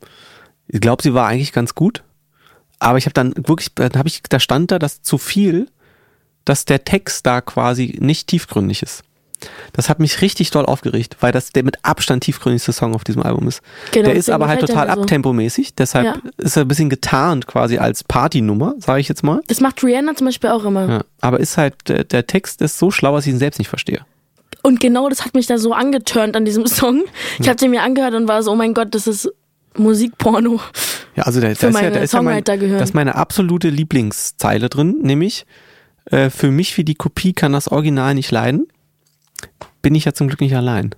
[SPEAKER 3] Ich glaube, sie war eigentlich ganz gut. Aber ich habe dann wirklich, dann habe ich, da stand da, dass zu viel, dass der Text da quasi nicht tiefgründig ist. Das hat mich richtig doll aufgeregt, weil das der mit Abstand tiefgründigste Song auf diesem Album ist.
[SPEAKER 1] Genau,
[SPEAKER 3] der ist
[SPEAKER 1] deswegen
[SPEAKER 3] aber halt
[SPEAKER 1] gefällt er
[SPEAKER 3] total
[SPEAKER 1] mir so.
[SPEAKER 3] abtempomäßig, deshalb
[SPEAKER 1] Ja.
[SPEAKER 3] ist er ein bisschen getarnt quasi als Partynummer, sage ich jetzt mal.
[SPEAKER 1] Das macht Rihanna zum Beispiel auch immer.
[SPEAKER 3] Ja, aber ist halt, der, der Text ist so schlau, dass ich ihn selbst nicht verstehe.
[SPEAKER 1] Und genau das hat mich da so angeturnt an diesem Song. Ich habe den mir angehört und war so, oh mein Gott, das ist Musikporno.
[SPEAKER 3] Ja, also da, da
[SPEAKER 1] Für
[SPEAKER 3] ist ja,
[SPEAKER 1] meine
[SPEAKER 3] da ist ja mein,
[SPEAKER 1] Songwriter-Gehirn.
[SPEAKER 3] das ist meine absolute Lieblingszeile drin, nämlich, äh, für mich wie die Kopie kann das Original nicht leiden. Bin ich ja zum Glück nicht allein.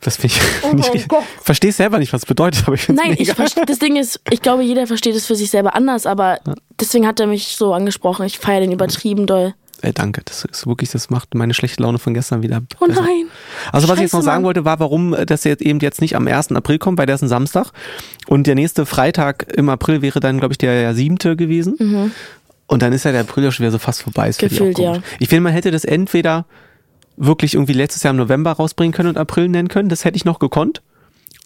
[SPEAKER 3] Das finde ich, nicht, ich verstehe selber nicht, was es bedeutet, aber ich finde
[SPEAKER 1] Oh Nein, ich verstehe. Das Ding ist, ich glaube, jeder versteht es für sich selber anders, aber deswegen hat er mich so angesprochen. Ich feiere den übertrieben doll.
[SPEAKER 3] Äh, danke, das ist wirklich, das macht meine schlechte Laune von gestern wieder.
[SPEAKER 1] Oh
[SPEAKER 3] besser.
[SPEAKER 1] nein.
[SPEAKER 3] Also was ich jetzt noch
[SPEAKER 1] Scheiße,
[SPEAKER 3] sagen
[SPEAKER 1] Mann.
[SPEAKER 3] wollte, war, warum äh, das jetzt eben jetzt nicht am 1. April kommt, weil der ist ein Samstag. Und der nächste Freitag im April wäre dann, glaube ich, der siebte gewesen. Und dann ist ja der April ja schon wieder so fast vorbei. Ist für die auch
[SPEAKER 1] Mhm. Gefühlt,
[SPEAKER 3] komisch. Ich finde, man hätte das entweder wirklich irgendwie letztes Jahr im November rausbringen können und April nennen können. Das hätte ich noch gekonnt.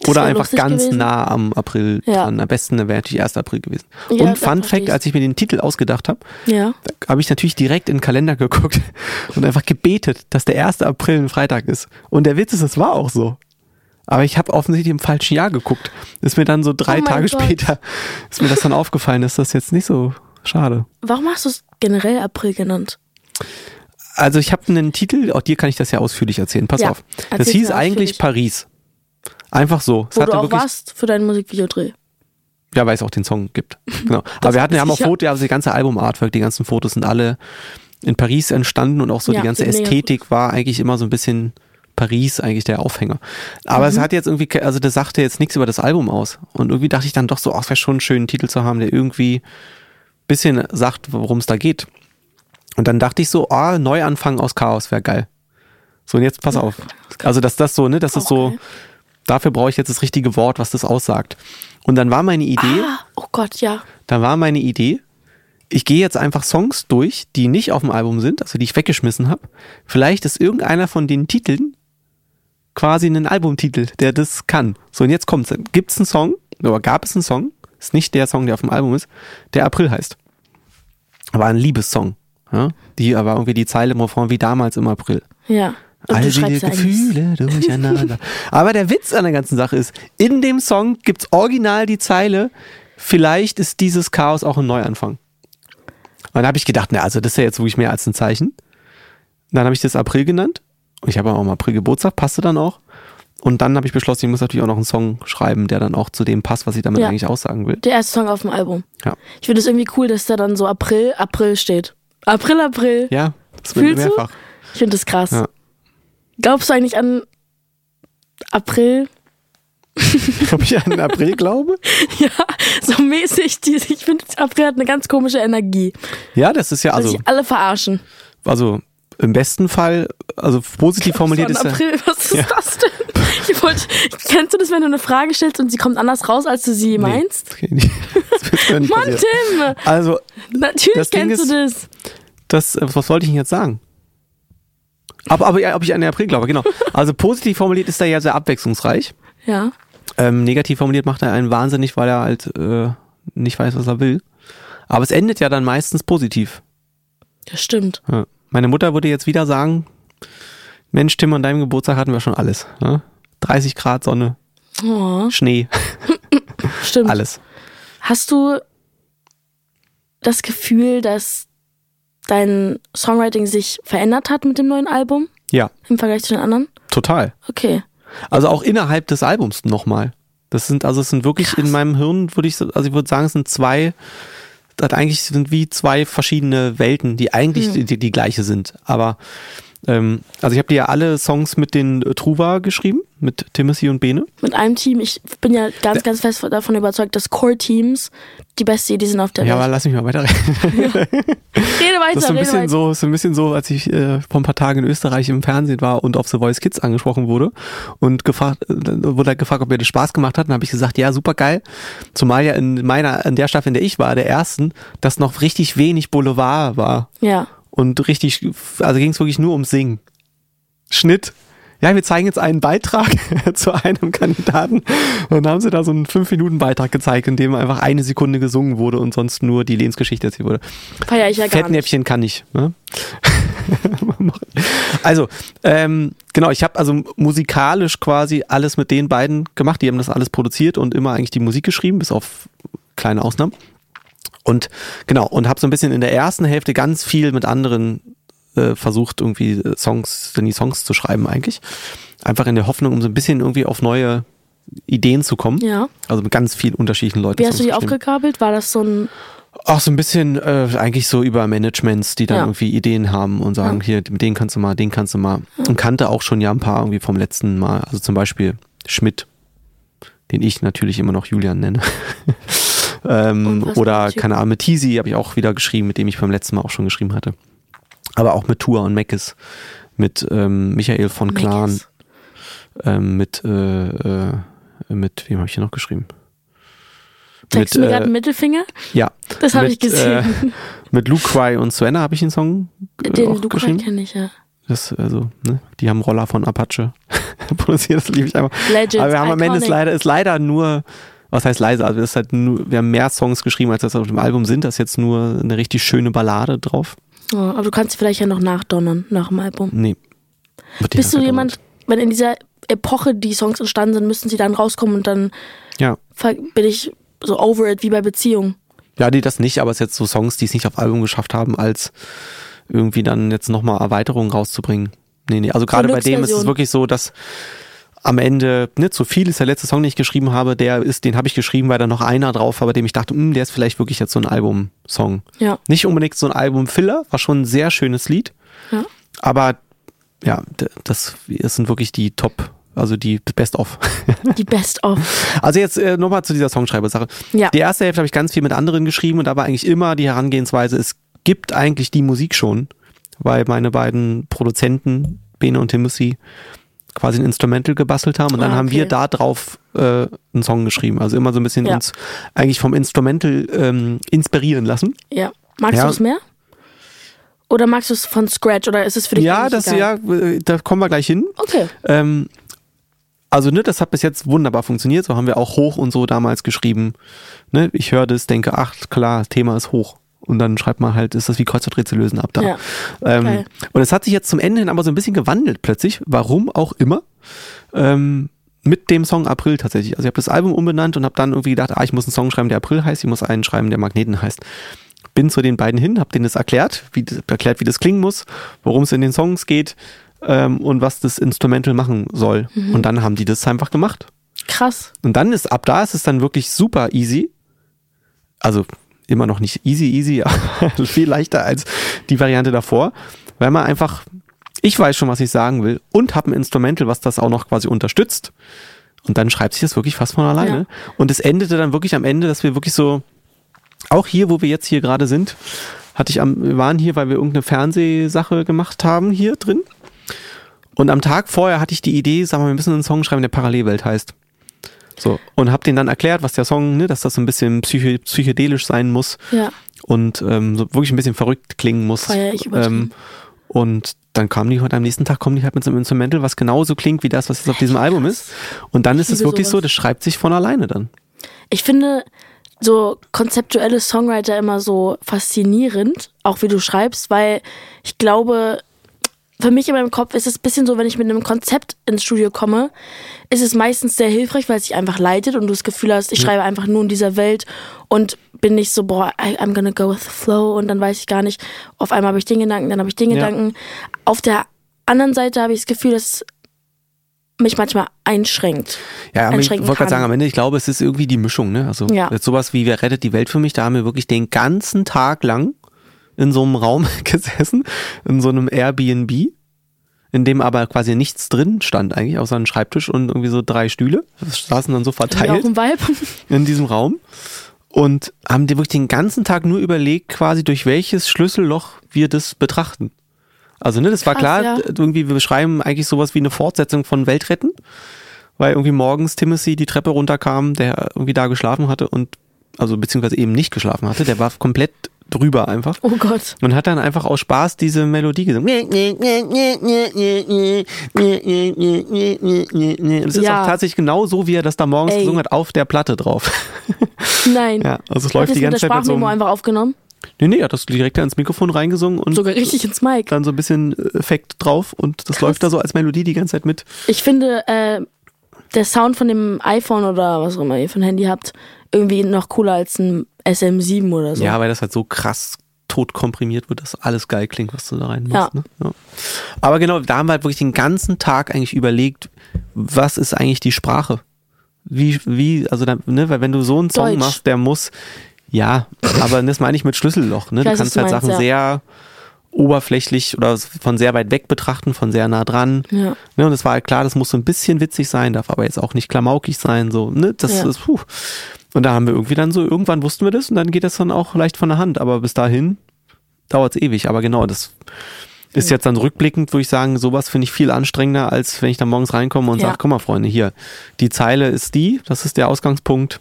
[SPEAKER 3] Oder
[SPEAKER 1] wär
[SPEAKER 3] einfach
[SPEAKER 1] lustig
[SPEAKER 3] ganz
[SPEAKER 1] gewesen.
[SPEAKER 3] nah am April
[SPEAKER 1] Ja.
[SPEAKER 3] dran. Am besten wäre natürlich 1. April gewesen.
[SPEAKER 1] Ja,
[SPEAKER 3] und
[SPEAKER 1] das
[SPEAKER 3] Fun
[SPEAKER 1] verstehe
[SPEAKER 3] Fact,
[SPEAKER 1] ich.
[SPEAKER 3] als ich mir den Titel ausgedacht habe,
[SPEAKER 1] Ja.
[SPEAKER 3] habe ich natürlich direkt in den Kalender geguckt und einfach gebetet, dass der 1. April ein Freitag ist. Und der Witz ist, es war auch so. Aber ich habe offensichtlich im falschen Jahr geguckt. Ist mir dann so drei
[SPEAKER 1] Oh mein
[SPEAKER 3] Tage
[SPEAKER 1] Gott.
[SPEAKER 3] später, ist mir das dann aufgefallen, dass das jetzt nicht so schade.
[SPEAKER 1] Warum hast du es generell April genannt?
[SPEAKER 3] Also ich habe einen Titel, auch dir kann ich das ja ausführlich erzählen, pass
[SPEAKER 1] Ja,
[SPEAKER 3] auf. Das
[SPEAKER 1] erzähl's
[SPEAKER 3] hieß
[SPEAKER 1] mir
[SPEAKER 3] eigentlich
[SPEAKER 1] ausführlich.
[SPEAKER 3] Paris. Einfach so. Es
[SPEAKER 1] Wo
[SPEAKER 3] hatte
[SPEAKER 1] du auch
[SPEAKER 3] wirklich,
[SPEAKER 1] warst für deinen Musikvideodreh.
[SPEAKER 3] ja, weil es auch den Song gibt. Genau. Aber wir hatten, wir haben auch
[SPEAKER 1] sicher.
[SPEAKER 3] Fotos, also die ganze Album-Artwork, die ganzen Fotos sind alle in Paris entstanden und auch so
[SPEAKER 1] Ja,
[SPEAKER 3] die ganze
[SPEAKER 1] sind mega
[SPEAKER 3] Ästhetik war eigentlich immer so ein bisschen Paris eigentlich der Aufhänger. Aber
[SPEAKER 1] Mhm.
[SPEAKER 3] es hat jetzt irgendwie, ke- also das sagte jetzt nichts über das Album aus. Und irgendwie dachte ich dann doch so, ach, es wäre schon schön, einen Titel zu haben, der irgendwie ein bisschen sagt, worum es da geht. Und dann dachte ich so, ah, Neuanfang aus Chaos wäre geil. So, und jetzt pass auf. Also, dass das so, ne, das ist
[SPEAKER 1] Auch
[SPEAKER 3] so,
[SPEAKER 1] geil.
[SPEAKER 3] dafür brauche ich jetzt das richtige Wort, was das aussagt. Und dann war meine Idee,
[SPEAKER 1] Ah, oh Gott, ja.
[SPEAKER 3] dann war meine Idee, ich gehe jetzt einfach Songs durch, die nicht auf dem Album sind, also die ich weggeschmissen habe. Vielleicht ist irgendeiner von den Titeln quasi ein Albumtitel, der das kann. So, und jetzt kommt's. Gibt's einen Song, oder gab es einen Song, ist nicht der Song, der auf dem Album ist, der April heißt. War ein Liebessong. Ja? Die war irgendwie die Zeile im Refrain wie damals im April.
[SPEAKER 1] Ja. Und
[SPEAKER 3] All
[SPEAKER 1] du
[SPEAKER 3] die
[SPEAKER 1] schreibst ja eigentlich.
[SPEAKER 3] Gefühle durcheinander. Aber der Witz an der ganzen Sache ist, in dem Song gibt's original die Zeile, vielleicht ist dieses Chaos auch ein Neuanfang. Und dann habe ich gedacht, na, also das ist ja jetzt wirklich mehr als ein Zeichen. Dann habe ich das April genannt. Und ich habe auch im April Geburtstag, passte dann auch. Und dann habe ich beschlossen, ich muss natürlich auch noch einen Song schreiben, der dann auch zu dem passt, was ich damit
[SPEAKER 1] Ja.
[SPEAKER 3] eigentlich aussagen will.
[SPEAKER 1] Der erste Song auf dem Album.
[SPEAKER 3] Ja.
[SPEAKER 1] Ich finde es irgendwie cool, dass da dann so April, April steht. April, April.
[SPEAKER 3] Ja, das wird
[SPEAKER 1] Fühlst du?
[SPEAKER 3] mehrfach.
[SPEAKER 1] Ich finde das krass.
[SPEAKER 3] Ja.
[SPEAKER 1] Glaubst du eigentlich an April?
[SPEAKER 3] Ob ich an den April glaube?
[SPEAKER 1] Ja, so mäßig. Die, ich finde, April hat eine ganz komische Energie.
[SPEAKER 3] Ja, das ist ja
[SPEAKER 1] Dass
[SPEAKER 3] also,
[SPEAKER 1] sich alle verarschen.
[SPEAKER 3] also im besten Fall, also positiv formuliert
[SPEAKER 1] so,
[SPEAKER 3] ist
[SPEAKER 1] im
[SPEAKER 3] ja.
[SPEAKER 1] April, was ist das denn? Ich wollte, kennst du das, wenn du eine Frage stellst und sie kommt anders raus, als du sie meinst?
[SPEAKER 3] Nee, das wird mir nicht
[SPEAKER 1] Mann, Tim!
[SPEAKER 3] passieren. Also,
[SPEAKER 1] Natürlich
[SPEAKER 3] Das Ding
[SPEAKER 1] kennst du das.
[SPEAKER 3] das, äh, was wollte ich denn jetzt sagen? Aber, aber ja, ob ich an den April glaube, genau. Also positiv formuliert ist er ja sehr abwechslungsreich.
[SPEAKER 1] Ja.
[SPEAKER 3] Ähm, negativ formuliert macht er einen wahnsinnig, weil er halt äh, nicht weiß, was er will. Aber es endet ja dann meistens positiv.
[SPEAKER 1] Ja, stimmt.
[SPEAKER 3] Ja. Meine Mutter würde jetzt wieder sagen, Mensch, Tim, an deinem Geburtstag hatten wir schon alles. Ne? 30 Grad Sonne,
[SPEAKER 1] Oh,
[SPEAKER 3] Schnee,
[SPEAKER 1] stimmt.
[SPEAKER 3] alles.
[SPEAKER 1] Hast du das Gefühl, dass dein Songwriting sich verändert hat mit dem neuen Album
[SPEAKER 3] Ja,
[SPEAKER 1] im Vergleich zu den anderen?
[SPEAKER 3] total.
[SPEAKER 1] Okay.
[SPEAKER 3] Also auch innerhalb des Albums nochmal. Das sind, also es sind wirklich in meinem Hirn, würde ich, so- also ich würde sagen, es sind zwei, das eigentlich sind wie zwei verschiedene Welten, die eigentlich die, die, die gleiche sind. Aber ähm, also ich habe dir ja alle Songs mit den äh, Truva geschrieben, mit Timothy und Bene.
[SPEAKER 1] Mit einem Team, ich bin ja ganz, ganz fest davon überzeugt, dass Core-Teams die beste Idee sind auf der
[SPEAKER 3] Ja, aber
[SPEAKER 1] Welt.
[SPEAKER 3] lass mich mal weiterreden.
[SPEAKER 1] Rede weiter,
[SPEAKER 3] Das ist so ein
[SPEAKER 1] rede
[SPEAKER 3] bisschen
[SPEAKER 1] weiter.
[SPEAKER 3] so, so ein bisschen so, als ich äh, vor ein paar Tagen in Österreich im Fernsehen war und auf The Voice Kids angesprochen wurde und gefragt, äh, dann wurde da gefragt, ob mir das Spaß gemacht hat, und habe ich gesagt, ja, super geil. Zumal ja in meiner, in der Staffel, in der ich war, der ersten, dass noch richtig wenig Boulevard war
[SPEAKER 1] ja.
[SPEAKER 3] und richtig, also ging es wirklich nur um Singen. Schnitt. Ja, wir zeigen jetzt einen Beitrag zu einem Kandidaten und haben sie da so einen 5-Minuten-Beitrag gezeigt, in dem einfach eine Sekunde gesungen wurde und sonst nur die Lebensgeschichte erzählt wurde.
[SPEAKER 1] Feier ich ja gar nicht.
[SPEAKER 3] Fettnäpfchen kann ich. Ne? also, ähm, genau, ich habe also musikalisch quasi alles mit den beiden gemacht. Die haben das alles produziert und immer eigentlich die Musik geschrieben, bis auf kleine Ausnahmen. Und genau, und habe so ein bisschen in der ersten Hälfte ganz viel mit anderen äh, versucht, irgendwie äh, Songs, denn die Songs zu schreiben eigentlich. Einfach in der Hoffnung, um so ein bisschen irgendwie auf neue Ideen zu kommen.
[SPEAKER 1] Ja.
[SPEAKER 3] Also mit ganz vielen unterschiedlichen Leuten.
[SPEAKER 1] Wie hast du
[SPEAKER 3] Songs
[SPEAKER 1] die
[SPEAKER 3] geschrieben.
[SPEAKER 1] aufgekabelt? War das so ein.
[SPEAKER 3] Ach, so ein bisschen äh, eigentlich so über Managements, die dann
[SPEAKER 1] Ja.
[SPEAKER 3] irgendwie Ideen haben und sagen, hier, mit denen kannst du mal, den kannst du mal. Und kannte auch schon ja ein paar irgendwie vom letzten Mal. Also zum Beispiel Schmidt, den ich natürlich immer noch Julian nenne. ähm,
[SPEAKER 1] Unfassbarer
[SPEAKER 3] oder,
[SPEAKER 1] Typ.
[SPEAKER 3] keine Ahnung, mit Tisi habe ich auch wieder geschrieben, mit dem ich beim letzten Mal auch schon geschrieben hatte. Aber auch mit Tua und Meckes, mit ähm, Michael von Klan,
[SPEAKER 1] Meckes.
[SPEAKER 3] ähm, mit, äh, äh, mit, wem habe ich hier noch geschrieben?
[SPEAKER 1] Zeigst du mir gerade einen Mittelfinger?
[SPEAKER 3] äh, Ja.
[SPEAKER 1] Das habe
[SPEAKER 3] Mit,
[SPEAKER 1] ich gesehen.
[SPEAKER 3] Äh, mit Luke Cry und Suena habe ich einen Song äh,
[SPEAKER 1] Den
[SPEAKER 3] auch
[SPEAKER 1] Luca
[SPEAKER 3] geschrieben.
[SPEAKER 1] kenne ich ja.
[SPEAKER 3] Das, also, ne? Die haben Roller von Apache. produziert, das liebe ich einfach.
[SPEAKER 1] Legend,
[SPEAKER 3] Aber wir haben am Ende ist
[SPEAKER 1] iconic.
[SPEAKER 3] leider, ist leider nur, was heißt leise, also es ist halt nur, wir haben mehr Songs geschrieben, als das auf dem Album sind. Da ist jetzt nur eine richtig schöne Ballade drauf.
[SPEAKER 1] Oh, aber du kannst sie vielleicht ja noch nachdonnern nach dem Album.
[SPEAKER 3] Nee. Wird die
[SPEAKER 1] Bist du
[SPEAKER 3] nachher
[SPEAKER 1] jemand, wenn in dieser Epoche die Songs entstanden sind, müssen sie dann rauskommen und dann
[SPEAKER 3] gemacht. Ja.
[SPEAKER 1] ver- bin ich so over it wie bei Beziehungen.
[SPEAKER 3] Ja, die das nicht, aber es ist jetzt so Songs, die es nicht auf Album geschafft haben, als irgendwie dann jetzt nochmal Erweiterungen rauszubringen. Nee, nee, also gerade bei dem ist es
[SPEAKER 1] Deluxe-Version.
[SPEAKER 3] wirklich so, dass am Ende, ne, zu viel ist der letzte Song, den ich geschrieben habe, der ist, den habe ich geschrieben, weil da noch einer drauf war, bei dem ich dachte, hm, der ist vielleicht wirklich jetzt so ein Album-Song.
[SPEAKER 1] Ja.
[SPEAKER 3] Nicht unbedingt so ein Album-Filler, war schon ein sehr schönes Lied,
[SPEAKER 1] Ja.
[SPEAKER 3] aber ja, d- das, das sind wirklich die Top, also die Best-of.
[SPEAKER 1] Die Best of.
[SPEAKER 3] Also jetzt äh, nochmal zu dieser Songschreiber-Sache.
[SPEAKER 1] Ja.
[SPEAKER 3] Die erste Hälfte habe ich ganz viel mit anderen geschrieben und da war eigentlich immer die Herangehensweise, es gibt eigentlich die Musik schon, weil meine beiden Produzenten, Bene und Timothy, quasi ein Instrumental gebastelt haben und dann
[SPEAKER 1] Ah,
[SPEAKER 3] haben
[SPEAKER 1] okay.
[SPEAKER 3] wir da drauf äh, einen Song geschrieben. Also immer so ein bisschen
[SPEAKER 1] Ja.
[SPEAKER 3] uns eigentlich vom Instrumental ähm, inspirieren lassen.
[SPEAKER 1] Ja. Magst
[SPEAKER 3] Ja.
[SPEAKER 1] du es mehr? Oder magst du es von Scratch oder ist es für dich
[SPEAKER 3] ja,
[SPEAKER 1] eigentlich
[SPEAKER 3] das,
[SPEAKER 1] egal?
[SPEAKER 3] ja, äh, da kommen wir gleich hin.
[SPEAKER 1] Okay.
[SPEAKER 3] Ähm, also, ne, das hat bis jetzt wunderbar funktioniert. So haben wir auch hoch und so damals geschrieben. Ne, ich höre das, denke, ach, klar, Thema ist hoch. Und dann schreibt man halt, ist das wie Kreuzworträtsel lösen ab da.
[SPEAKER 1] Ja.
[SPEAKER 3] Ähm,
[SPEAKER 1] Geil.
[SPEAKER 3] und es hat sich jetzt zum Ende hin aber so ein bisschen gewandelt plötzlich, warum auch immer, ähm, mit dem Song April tatsächlich. Also ich habe das Album umbenannt und habe dann irgendwie gedacht, ah, ich muss einen Song schreiben, der April heißt, ich muss einen schreiben, der Magneten heißt. Bin zu den beiden hin, habe denen das erklärt, wie das, erklärt, wie das klingen muss, worum es in den Songs geht ähm, und was das Instrumental machen soll. Und dann haben die das einfach gemacht.
[SPEAKER 1] Krass.
[SPEAKER 3] Und dann ist ab da ist es dann wirklich super easy. Also immer noch nicht easy, easy, aber viel leichter als die Variante davor, weil man einfach, ich weiß schon, was ich sagen will und habe ein Instrumental, was das auch noch quasi unterstützt. Und dann schreibt sich das wirklich fast von alleine. Und es endete dann wirklich am Ende, dass wir wirklich so, auch hier, wo wir jetzt hier gerade sind, hatte ich am, wir waren hier, weil wir irgendeine Fernsehsache gemacht haben hier drin. Und am Tag vorher hatte ich die Idee, sag mal, wir müssen einen Song schreiben, der Parallelwelt heißt. So. Und hab den dann erklärt, was der Song, ne, dass das so ein bisschen psycho psychedelisch sein muss
[SPEAKER 1] Ja.
[SPEAKER 3] und ähm, so wirklich ein bisschen verrückt klingen muss. Ähm,
[SPEAKER 1] Feier ich übertrieben.
[SPEAKER 3] und dann kamen die heute am nächsten Tag kommen die halt mit so einem Instrumental, was genauso klingt wie das, was jetzt auf diesem Album ist. Und dann ist es
[SPEAKER 1] liebe
[SPEAKER 3] wirklich so,
[SPEAKER 1] sowas.
[SPEAKER 3] das schreibt sich von alleine dann.
[SPEAKER 1] Ich finde so konzeptuelle Songwriter immer so faszinierend, auch wie du schreibst, weil ich glaube, für mich in meinem Kopf ist es ein bisschen so, wenn ich mit einem Konzept ins Studio komme, ist es meistens sehr hilfreich, weil es dich einfach leitet und du das Gefühl hast, ich schreibe einfach nur in dieser Welt und bin nicht so, boah, I, I'm gonna go with the flow und dann weiß ich gar nicht, auf einmal habe ich den Gedanken, dann habe ich den
[SPEAKER 3] Ja.
[SPEAKER 1] Gedanken. Auf der anderen Seite habe ich das Gefühl, dass es mich manchmal einschränkt.
[SPEAKER 3] Ja, aber ich wollte
[SPEAKER 1] einschränken
[SPEAKER 3] gerade
[SPEAKER 1] kann.
[SPEAKER 3] sagen, am Ende, ich glaube, es ist irgendwie die Mischung, ne? Also
[SPEAKER 1] Ja.
[SPEAKER 3] jetzt sowas wie Wer rettet die Welt für mich, da haben wir wirklich den ganzen Tag lang in so einem Raum gesessen, in so einem Airbnb, in dem aber quasi nichts drin stand eigentlich, außer ein Schreibtisch und irgendwie so drei Stühle. Das saßen dann so
[SPEAKER 1] Wie auch
[SPEAKER 3] verteilt
[SPEAKER 1] ein Vibe.
[SPEAKER 3] in diesem Raum und haben dir wirklich den ganzen Tag nur überlegt, quasi durch welches Schlüsselloch wir das betrachten. Also, ne, das war
[SPEAKER 1] Krass,
[SPEAKER 3] klar,
[SPEAKER 1] ja.
[SPEAKER 3] irgendwie, wir beschreiben eigentlich sowas wie eine Fortsetzung von Weltretten, weil irgendwie morgens Timothy die Treppe runterkam, der irgendwie da geschlafen hatte und, also beziehungsweise eben nicht geschlafen hatte, der war komplett drüber einfach.
[SPEAKER 1] Oh Gott.
[SPEAKER 3] Und hat dann einfach aus Spaß diese Melodie gesungen. Und es ist
[SPEAKER 1] Ja.
[SPEAKER 3] auch tatsächlich genau so, wie er das da morgens
[SPEAKER 1] Ey.
[SPEAKER 3] gesungen hat, auf der Platte drauf.
[SPEAKER 1] Nein.
[SPEAKER 3] Ja, also es
[SPEAKER 1] Hat
[SPEAKER 3] läuft
[SPEAKER 1] das mit der
[SPEAKER 3] die ganze Zeit mit so
[SPEAKER 1] Sprachmemo
[SPEAKER 3] einem,
[SPEAKER 1] einfach aufgenommen?
[SPEAKER 3] Nee, nee, er hat das direkt da ins Mikrofon reingesungen und
[SPEAKER 1] Sogar richtig ins Mic.
[SPEAKER 3] dann so ein bisschen äh, Effekt drauf und das läuft da so als Melodie die ganze Zeit mit.
[SPEAKER 1] Ich finde, äh, der Sound von dem iPhone oder was auch immer ihr für ein Handy habt, irgendwie noch cooler als ein SM7 oder so.
[SPEAKER 3] Ja, weil das halt so krass tot komprimiert wird, dass alles geil klingt, was du da reinmachst.
[SPEAKER 1] Ja.
[SPEAKER 3] Ne? Ja. Aber genau, da haben wir halt wirklich den ganzen Tag eigentlich überlegt, was ist eigentlich die Sprache? Wie, wie, also dann, ne, weil wenn du so einen Song
[SPEAKER 1] Deutsch.
[SPEAKER 3] machst, der muss, ja, aber das meine ich mit Schlüsselloch, ne?
[SPEAKER 1] Ich
[SPEAKER 3] Du
[SPEAKER 1] weiß,
[SPEAKER 3] kannst
[SPEAKER 1] was
[SPEAKER 3] halt
[SPEAKER 1] du
[SPEAKER 3] Sachen
[SPEAKER 1] meinst,
[SPEAKER 3] sehr oberflächlich oder von sehr weit weg betrachten, von sehr nah dran.
[SPEAKER 1] Ja.
[SPEAKER 3] Ne, und es war halt klar, das muss so ein bisschen witzig sein, darf aber jetzt auch nicht klamaukig sein, so, ne, das
[SPEAKER 1] Ja.
[SPEAKER 3] ist, puh. Und da haben wir irgendwie dann so, irgendwann wussten wir das und dann geht das dann auch leicht von der Hand, aber bis dahin dauert es ewig, aber genau, das ist jetzt dann rückblickend, würde ich sagen, sowas finde ich viel anstrengender, als wenn ich dann morgens reinkomme und
[SPEAKER 1] Ja.
[SPEAKER 3] sage, guck mal, Freunde, hier, die Zeile ist die, das ist der Ausgangspunkt,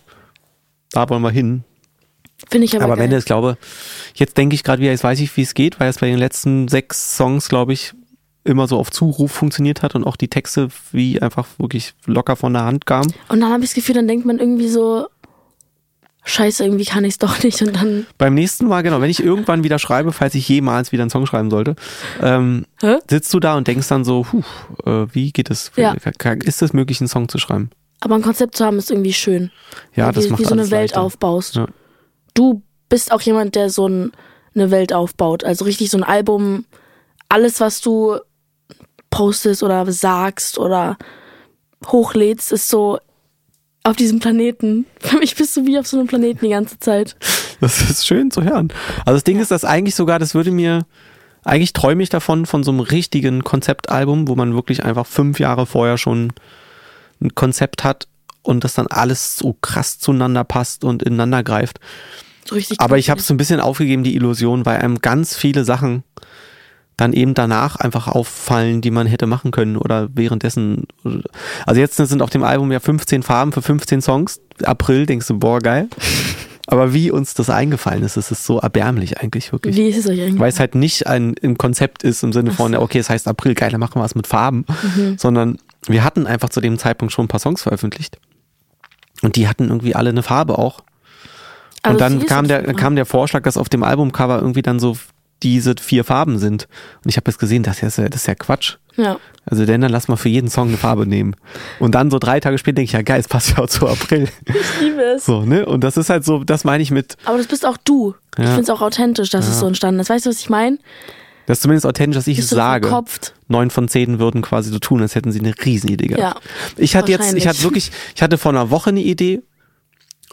[SPEAKER 3] da wollen wir hin.
[SPEAKER 1] Finde ich aber,
[SPEAKER 3] Aber am
[SPEAKER 1] geil.
[SPEAKER 3] Ende, ich glaube, jetzt denke ich gerade wieder, jetzt weiß ich, wie es geht, weil es bei den letzten sechs Songs, glaube ich, immer so auf Zuruf funktioniert hat und auch die Texte wie einfach wirklich locker von der Hand kamen.
[SPEAKER 1] Und dann habe ich das Gefühl, dann denkt man irgendwie so, scheiße, irgendwie kann ich es doch nicht. Und dann,
[SPEAKER 3] Beim nächsten Mal, genau, wenn ich irgendwann wieder schreibe, falls ich jemals wieder einen Song schreiben sollte, ähm,
[SPEAKER 1] hä?
[SPEAKER 3] sitzt du da und denkst dann so, huh, äh, wie geht es?
[SPEAKER 1] Ja.
[SPEAKER 3] Ist es möglich, einen Song zu schreiben?
[SPEAKER 1] Aber ein Konzept zu haben ist irgendwie schön.
[SPEAKER 3] Ja,
[SPEAKER 1] wie,
[SPEAKER 3] das macht
[SPEAKER 1] Wie so eine
[SPEAKER 3] alles
[SPEAKER 1] Welt
[SPEAKER 3] leichter.
[SPEAKER 1] aufbaust.
[SPEAKER 3] Ja.
[SPEAKER 1] Du bist auch jemand, der so ein, eine Welt aufbaut. Also richtig so ein Album, alles, was du postest oder sagst oder hochlädst, ist so auf diesem Planeten. Für mich bist du wie auf so einem Planeten die ganze Zeit.
[SPEAKER 3] Das ist schön zu hören. Also das Ding ist, dass eigentlich sogar, das würde mir, eigentlich träume ich davon, von so einem richtigen Konzeptalbum, wo man wirklich einfach fünf Jahre vorher schon ein Konzept hat und das dann alles so krass zueinander passt und ineinander greift.
[SPEAKER 1] So richtig.
[SPEAKER 3] Aber ich habe so ein bisschen aufgegeben, die Illusion, weil einem ganz viele Sachen dann eben danach einfach auffallen, die man hätte machen können oder währenddessen. Also jetzt sind auf dem Album ja 15 Farben für 15 Songs. April denkst du, boah, geil. Aber wie uns das eingefallen ist, das ist so erbärmlich eigentlich wirklich.
[SPEAKER 1] Wie ist es euch eigentlich?
[SPEAKER 3] Weil es halt nicht ein, ein Konzept ist im Sinne von, okay, es heißt April, geil, dann machen wir es mit Farben, sondern wir hatten einfach zu dem Zeitpunkt schon ein paar Songs veröffentlicht. Und die hatten irgendwie alle eine Farbe auch.
[SPEAKER 1] Also
[SPEAKER 3] und dann
[SPEAKER 1] viel ist
[SPEAKER 3] kam
[SPEAKER 1] es
[SPEAKER 3] der,
[SPEAKER 1] schon mal.
[SPEAKER 3] kam der Vorschlag, dass auf dem Albumcover irgendwie dann so diese vier Farben sind. Und ich habe jetzt gesehen, das ist, ja, das ist ja Quatsch.
[SPEAKER 1] Ja.
[SPEAKER 3] Also denn dann lass mal für jeden Song eine Farbe nehmen. Und dann so drei Tage später denke ich, ja geil, es passt ja auch zu April.
[SPEAKER 1] Ich liebe es.
[SPEAKER 3] So, ne? Und das ist halt so, das meine ich mit,
[SPEAKER 1] Aber das bist auch du. Ich
[SPEAKER 3] Ja.
[SPEAKER 1] finde es auch authentisch, dass es so entstanden ist. Weißt du, was ich meine?
[SPEAKER 3] das ist zumindest authentisch, dass ich es
[SPEAKER 1] Bist du
[SPEAKER 3] sage.
[SPEAKER 1] verkopft?
[SPEAKER 3] neun von zehn würden quasi so tun, als hätten sie eine Riesenidee gehabt.
[SPEAKER 1] Ja,
[SPEAKER 3] ich hatte jetzt, ich hatte
[SPEAKER 1] wahrscheinlich.
[SPEAKER 3] wirklich, ich hatte vor einer Woche eine Idee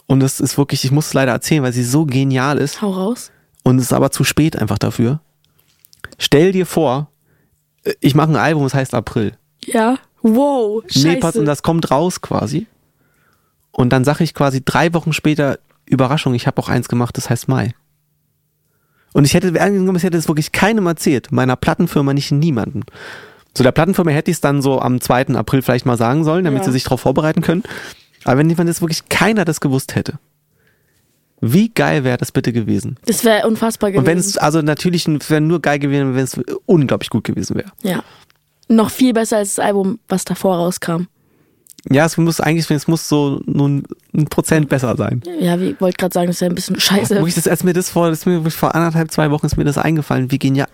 [SPEAKER 3] und das ist wirklich, ich muss es leider erzählen, weil sie so genial ist
[SPEAKER 1] Hau raus.
[SPEAKER 3] und es ist aber zu spät einfach dafür. Stell dir vor, äh, ich mache ein Album, es heißt April.
[SPEAKER 1] Ja. Wow. Scheiße.
[SPEAKER 3] Nee, pass- und das kommt raus quasi. Und dann sage ich quasi drei Wochen später, Überraschung, ich habe auch eins gemacht, das heißt Mai. Und ich hätte, angenommen, ich hätte es wirklich keinem erzählt, meiner Plattenfirma nicht niemanden. So der Plattenfirma hätte ich es dann so am 2. April vielleicht mal sagen sollen, damit
[SPEAKER 1] Ja.
[SPEAKER 3] sie sich darauf vorbereiten können. Aber wenn jemand das wirklich keiner das gewusst hätte, wie geil wäre das bitte gewesen?
[SPEAKER 1] Das wäre unfassbar gewesen.
[SPEAKER 3] Und wenn es, also natürlich, es wäre nur geil gewesen, wenn es unglaublich gut gewesen wäre.
[SPEAKER 1] Ja. Noch viel besser als das Album, was davor rauskam.
[SPEAKER 3] Ja, es muss eigentlich, es muss so nun ein Prozent besser sein.
[SPEAKER 1] Ja, wie wollte gerade sagen, das wäre ein bisschen scheiße.
[SPEAKER 3] Wo ich das, als mir das vor, das ist mir wirklich vor anderthalb, zwei Wochen ist mir das eingefallen, wie genial.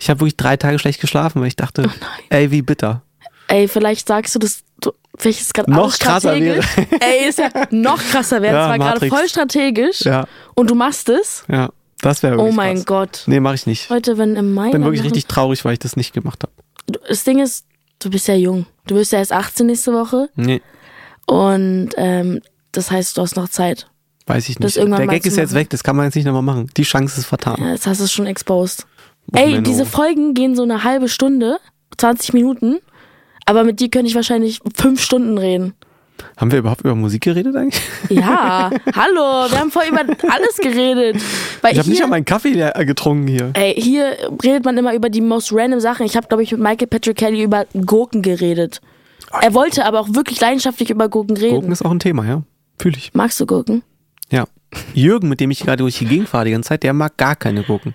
[SPEAKER 3] Ich habe wirklich drei Tage schlecht geschlafen, weil ich
[SPEAKER 1] Oh
[SPEAKER 3] dachte, ey, wie bitter.
[SPEAKER 1] Ey, vielleicht sagst du das, du, welches gerade
[SPEAKER 3] Noch
[SPEAKER 1] alles strategisch. Ey, ist ja noch krasser wäre.
[SPEAKER 3] Ja,
[SPEAKER 1] das war gerade
[SPEAKER 3] Matrix.
[SPEAKER 1] voll strategisch.
[SPEAKER 3] Ja.
[SPEAKER 1] Und du machst es.
[SPEAKER 3] Ja, das wäre
[SPEAKER 1] Oh
[SPEAKER 3] wirklich
[SPEAKER 1] mein
[SPEAKER 3] krass.
[SPEAKER 1] Gott.
[SPEAKER 3] Nee, mache ich nicht.
[SPEAKER 1] Heute, wenn im Mai.
[SPEAKER 3] Bin
[SPEAKER 1] dann
[SPEAKER 3] wirklich
[SPEAKER 1] machen-
[SPEAKER 3] richtig traurig, weil ich das nicht gemacht habe.
[SPEAKER 1] Du- Das Ding ist, du bist ja jung. Du wirst ja erst 18 nächste Woche.
[SPEAKER 3] Nee,
[SPEAKER 1] Und ähm, das heißt, du hast noch Zeit.
[SPEAKER 3] weiß ich
[SPEAKER 1] Das
[SPEAKER 3] nicht.
[SPEAKER 1] irgendwann
[SPEAKER 3] Der
[SPEAKER 1] mal
[SPEAKER 3] Gag
[SPEAKER 1] zu
[SPEAKER 3] ist jetzt
[SPEAKER 1] machen.
[SPEAKER 3] weg, das kann man jetzt nicht nochmal machen. Die Chance ist vertan.
[SPEAKER 1] Ja, jetzt hast du es schon exposed.
[SPEAKER 3] Och,
[SPEAKER 1] Ey,
[SPEAKER 3] Menno.
[SPEAKER 1] diese Folgen gehen so eine halbe Stunde, 20 Minuten. Aber mit dir könnte ich wahrscheinlich fünf Stunden reden.
[SPEAKER 3] Haben wir überhaupt über Musik geredet eigentlich?
[SPEAKER 1] Ja, hallo, wir haben vorher über alles geredet. Weil
[SPEAKER 3] Ich habe
[SPEAKER 1] Äh, hier,
[SPEAKER 3] nicht mal meinen Kaffee leer- äh, getrunken hier.
[SPEAKER 1] ey, hier redet man immer über die most random Sachen. Ich habe, glaube ich, mit Michael Patrick Kelly über Gurken geredet. Er wollte aber auch wirklich leidenschaftlich über Gurken reden.
[SPEAKER 3] Gurken ist auch ein Thema, ja. Fühle ich.
[SPEAKER 1] Magst du Gurken?
[SPEAKER 3] Ja. Jürgen, mit dem ich gerade durch die Gegend fahre die ganze Zeit, der mag gar keine Gurken.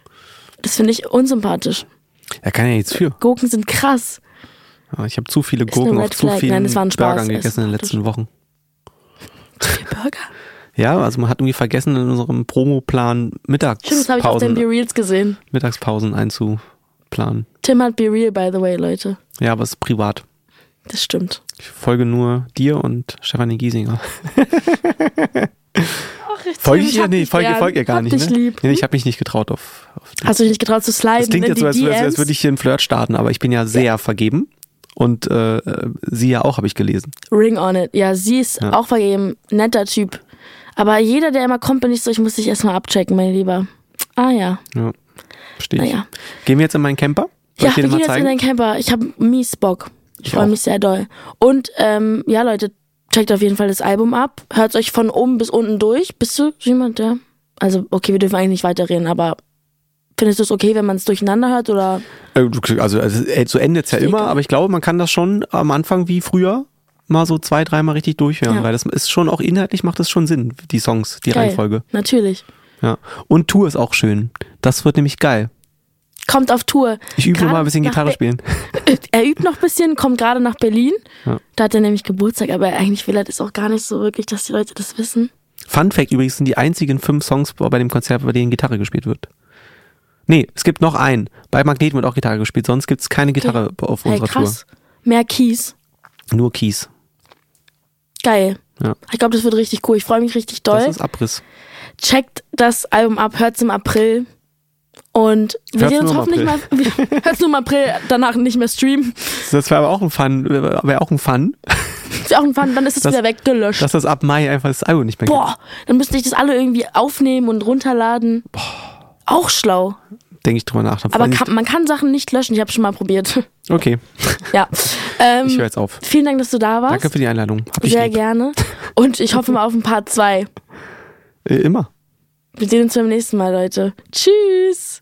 [SPEAKER 1] Das finde ich unsympathisch.
[SPEAKER 3] Er kann ja nichts für.
[SPEAKER 1] Gurken sind krass.
[SPEAKER 3] Ja, Ich habe zu viele
[SPEAKER 1] eine
[SPEAKER 3] Gurken auf
[SPEAKER 1] Red
[SPEAKER 3] zu
[SPEAKER 1] Flag.
[SPEAKER 3] vielen
[SPEAKER 1] Nein, das war ein Spaß.
[SPEAKER 3] Burgern
[SPEAKER 1] Es
[SPEAKER 3] gegessen in den letzten Wochen.
[SPEAKER 1] Die Burger.
[SPEAKER 3] Ja, also man hat irgendwie vergessen, in unserem Promoplan
[SPEAKER 1] Stimmt, das habe ich auf den
[SPEAKER 3] Mittagspausen,
[SPEAKER 1] B-Reels gesehen.
[SPEAKER 3] Mittagspausen einzuplanen.
[SPEAKER 1] Tim hat B-Real, by the way, Leute.
[SPEAKER 3] Ja, aber es ist privat.
[SPEAKER 1] Das stimmt.
[SPEAKER 3] Ich folge nur dir und Stefanie Giesinger.
[SPEAKER 1] Ach, ich
[SPEAKER 3] Folge ich
[SPEAKER 1] ich
[SPEAKER 3] ihr?
[SPEAKER 1] hab
[SPEAKER 3] Nee,
[SPEAKER 1] dich
[SPEAKER 3] folge,
[SPEAKER 1] gern.
[SPEAKER 3] folge ihr gar
[SPEAKER 1] hab
[SPEAKER 3] nicht.
[SPEAKER 1] Dich
[SPEAKER 3] ne?
[SPEAKER 1] lieb.
[SPEAKER 3] Nee, nee, ich habe mich nicht getraut auf, auf die.
[SPEAKER 1] Hast du dich nicht getraut zu sliden
[SPEAKER 3] Das klingt
[SPEAKER 1] in
[SPEAKER 3] jetzt
[SPEAKER 1] ne, die
[SPEAKER 3] so, als,
[SPEAKER 1] DMs?
[SPEAKER 3] als, als würde ich hier einen Flirt starten, aber ich bin ja sehr vergeben. Und äh, äh, sie ja auch, habe ich gelesen.
[SPEAKER 1] Ring on it. Ja, sie ist auch vergeben. Netter Typ. Aber jeder, der immer kommt, bin ich so, ich muss dich erstmal abchecken, mein Lieber. Ah ja.
[SPEAKER 3] Ja, verstehe ich.
[SPEAKER 1] Naja.
[SPEAKER 3] Gehen wir jetzt in meinen Camper? Soll
[SPEAKER 1] ja, wir
[SPEAKER 3] ich dir den
[SPEAKER 1] gehen
[SPEAKER 3] mal
[SPEAKER 1] jetzt in den
[SPEAKER 3] zeigen?
[SPEAKER 1] Camper. Ich habe mies Bock. Ich
[SPEAKER 3] Ich
[SPEAKER 1] freue
[SPEAKER 3] auch.
[SPEAKER 1] mich sehr doll. Und ähm, ja, Leute, checkt auf jeden Fall das Album ab. Hört euch von oben bis unten durch. Bist du jemand, der? Also, okay, wir dürfen eigentlich nicht weiterreden, aber findest du es okay, wenn man es durcheinander hört? Oder
[SPEAKER 3] Äh, du krieg- Also, also äh, so endet es ja
[SPEAKER 1] Ist
[SPEAKER 3] immer,
[SPEAKER 1] egal.
[SPEAKER 3] aber ich glaube, man kann das schon am Anfang wie früher mal so zwei, dreimal richtig durchhören,
[SPEAKER 1] Ja.
[SPEAKER 3] weil das ist schon auch inhaltlich macht das schon Sinn, die Songs, die
[SPEAKER 1] Geil.
[SPEAKER 3] Reihenfolge.
[SPEAKER 1] Natürlich.
[SPEAKER 3] Ja. Und Tour ist auch schön. Das wird nämlich geil.
[SPEAKER 1] kommt auf Tour.
[SPEAKER 3] Ich übe noch
[SPEAKER 1] Gerade
[SPEAKER 3] mal ein bisschen
[SPEAKER 1] nach
[SPEAKER 3] Gitarre
[SPEAKER 1] Be-
[SPEAKER 3] spielen.
[SPEAKER 1] Er übt noch ein bisschen, kommt gerade nach Berlin.
[SPEAKER 3] Ja.
[SPEAKER 1] Da hat er nämlich Geburtstag, aber eigentlich will er das auch gar nicht so wirklich, dass die Leute das wissen.
[SPEAKER 3] Fun Fact übrigens sind die einzigen fünf Songs bei bei dem Konzert, bei denen Gitarre gespielt wird. Nee, es gibt noch einen. Bei Magneten wird auch Gitarre gespielt, sonst gibt's keine Gitarre auf
[SPEAKER 1] Hey,
[SPEAKER 3] unserer
[SPEAKER 1] krass. Mehr Keys.
[SPEAKER 3] Tour. Nur Keys.
[SPEAKER 1] Geil.
[SPEAKER 3] Ja.
[SPEAKER 1] Ich glaube, das wird richtig cool. Ich freue mich richtig doll.
[SPEAKER 3] Das ist Abriss.
[SPEAKER 1] Checkt das Album ab, hört's im April. Und wir
[SPEAKER 3] Hört's
[SPEAKER 1] sehen uns
[SPEAKER 3] nur im
[SPEAKER 1] hoffentlich mal. wir- Hört's nur im April, danach nicht mehr streamen.
[SPEAKER 3] Das wäre aber auch ein Fun, wäre auch ein Fun,
[SPEAKER 1] Ist ja auch ein Fun, dann ist es
[SPEAKER 3] Das-
[SPEAKER 1] wieder weggelöscht.
[SPEAKER 3] dass das ab Mai einfach das Album nicht mehr
[SPEAKER 1] Boah, dann müsste ich das alle irgendwie aufnehmen und runterladen. Auch schlau.
[SPEAKER 3] gibt. Denke ich drüber nach. Vor
[SPEAKER 1] Aber
[SPEAKER 3] allem-
[SPEAKER 1] kann, man kann Sachen nicht löschen. Ich habe schon mal probiert.
[SPEAKER 3] okay,
[SPEAKER 1] ja. Ähm,
[SPEAKER 3] ich höre jetzt auf.
[SPEAKER 1] Vielen Dank, dass du da warst.
[SPEAKER 3] Danke für die Einladung. Hab ich
[SPEAKER 1] Sehr
[SPEAKER 3] lieb.
[SPEAKER 1] gerne. Und ich hoffe mal auf ein Part 2.
[SPEAKER 3] Äh, immer.
[SPEAKER 1] Wir sehen uns beim nächsten Mal, Leute. Tschüss.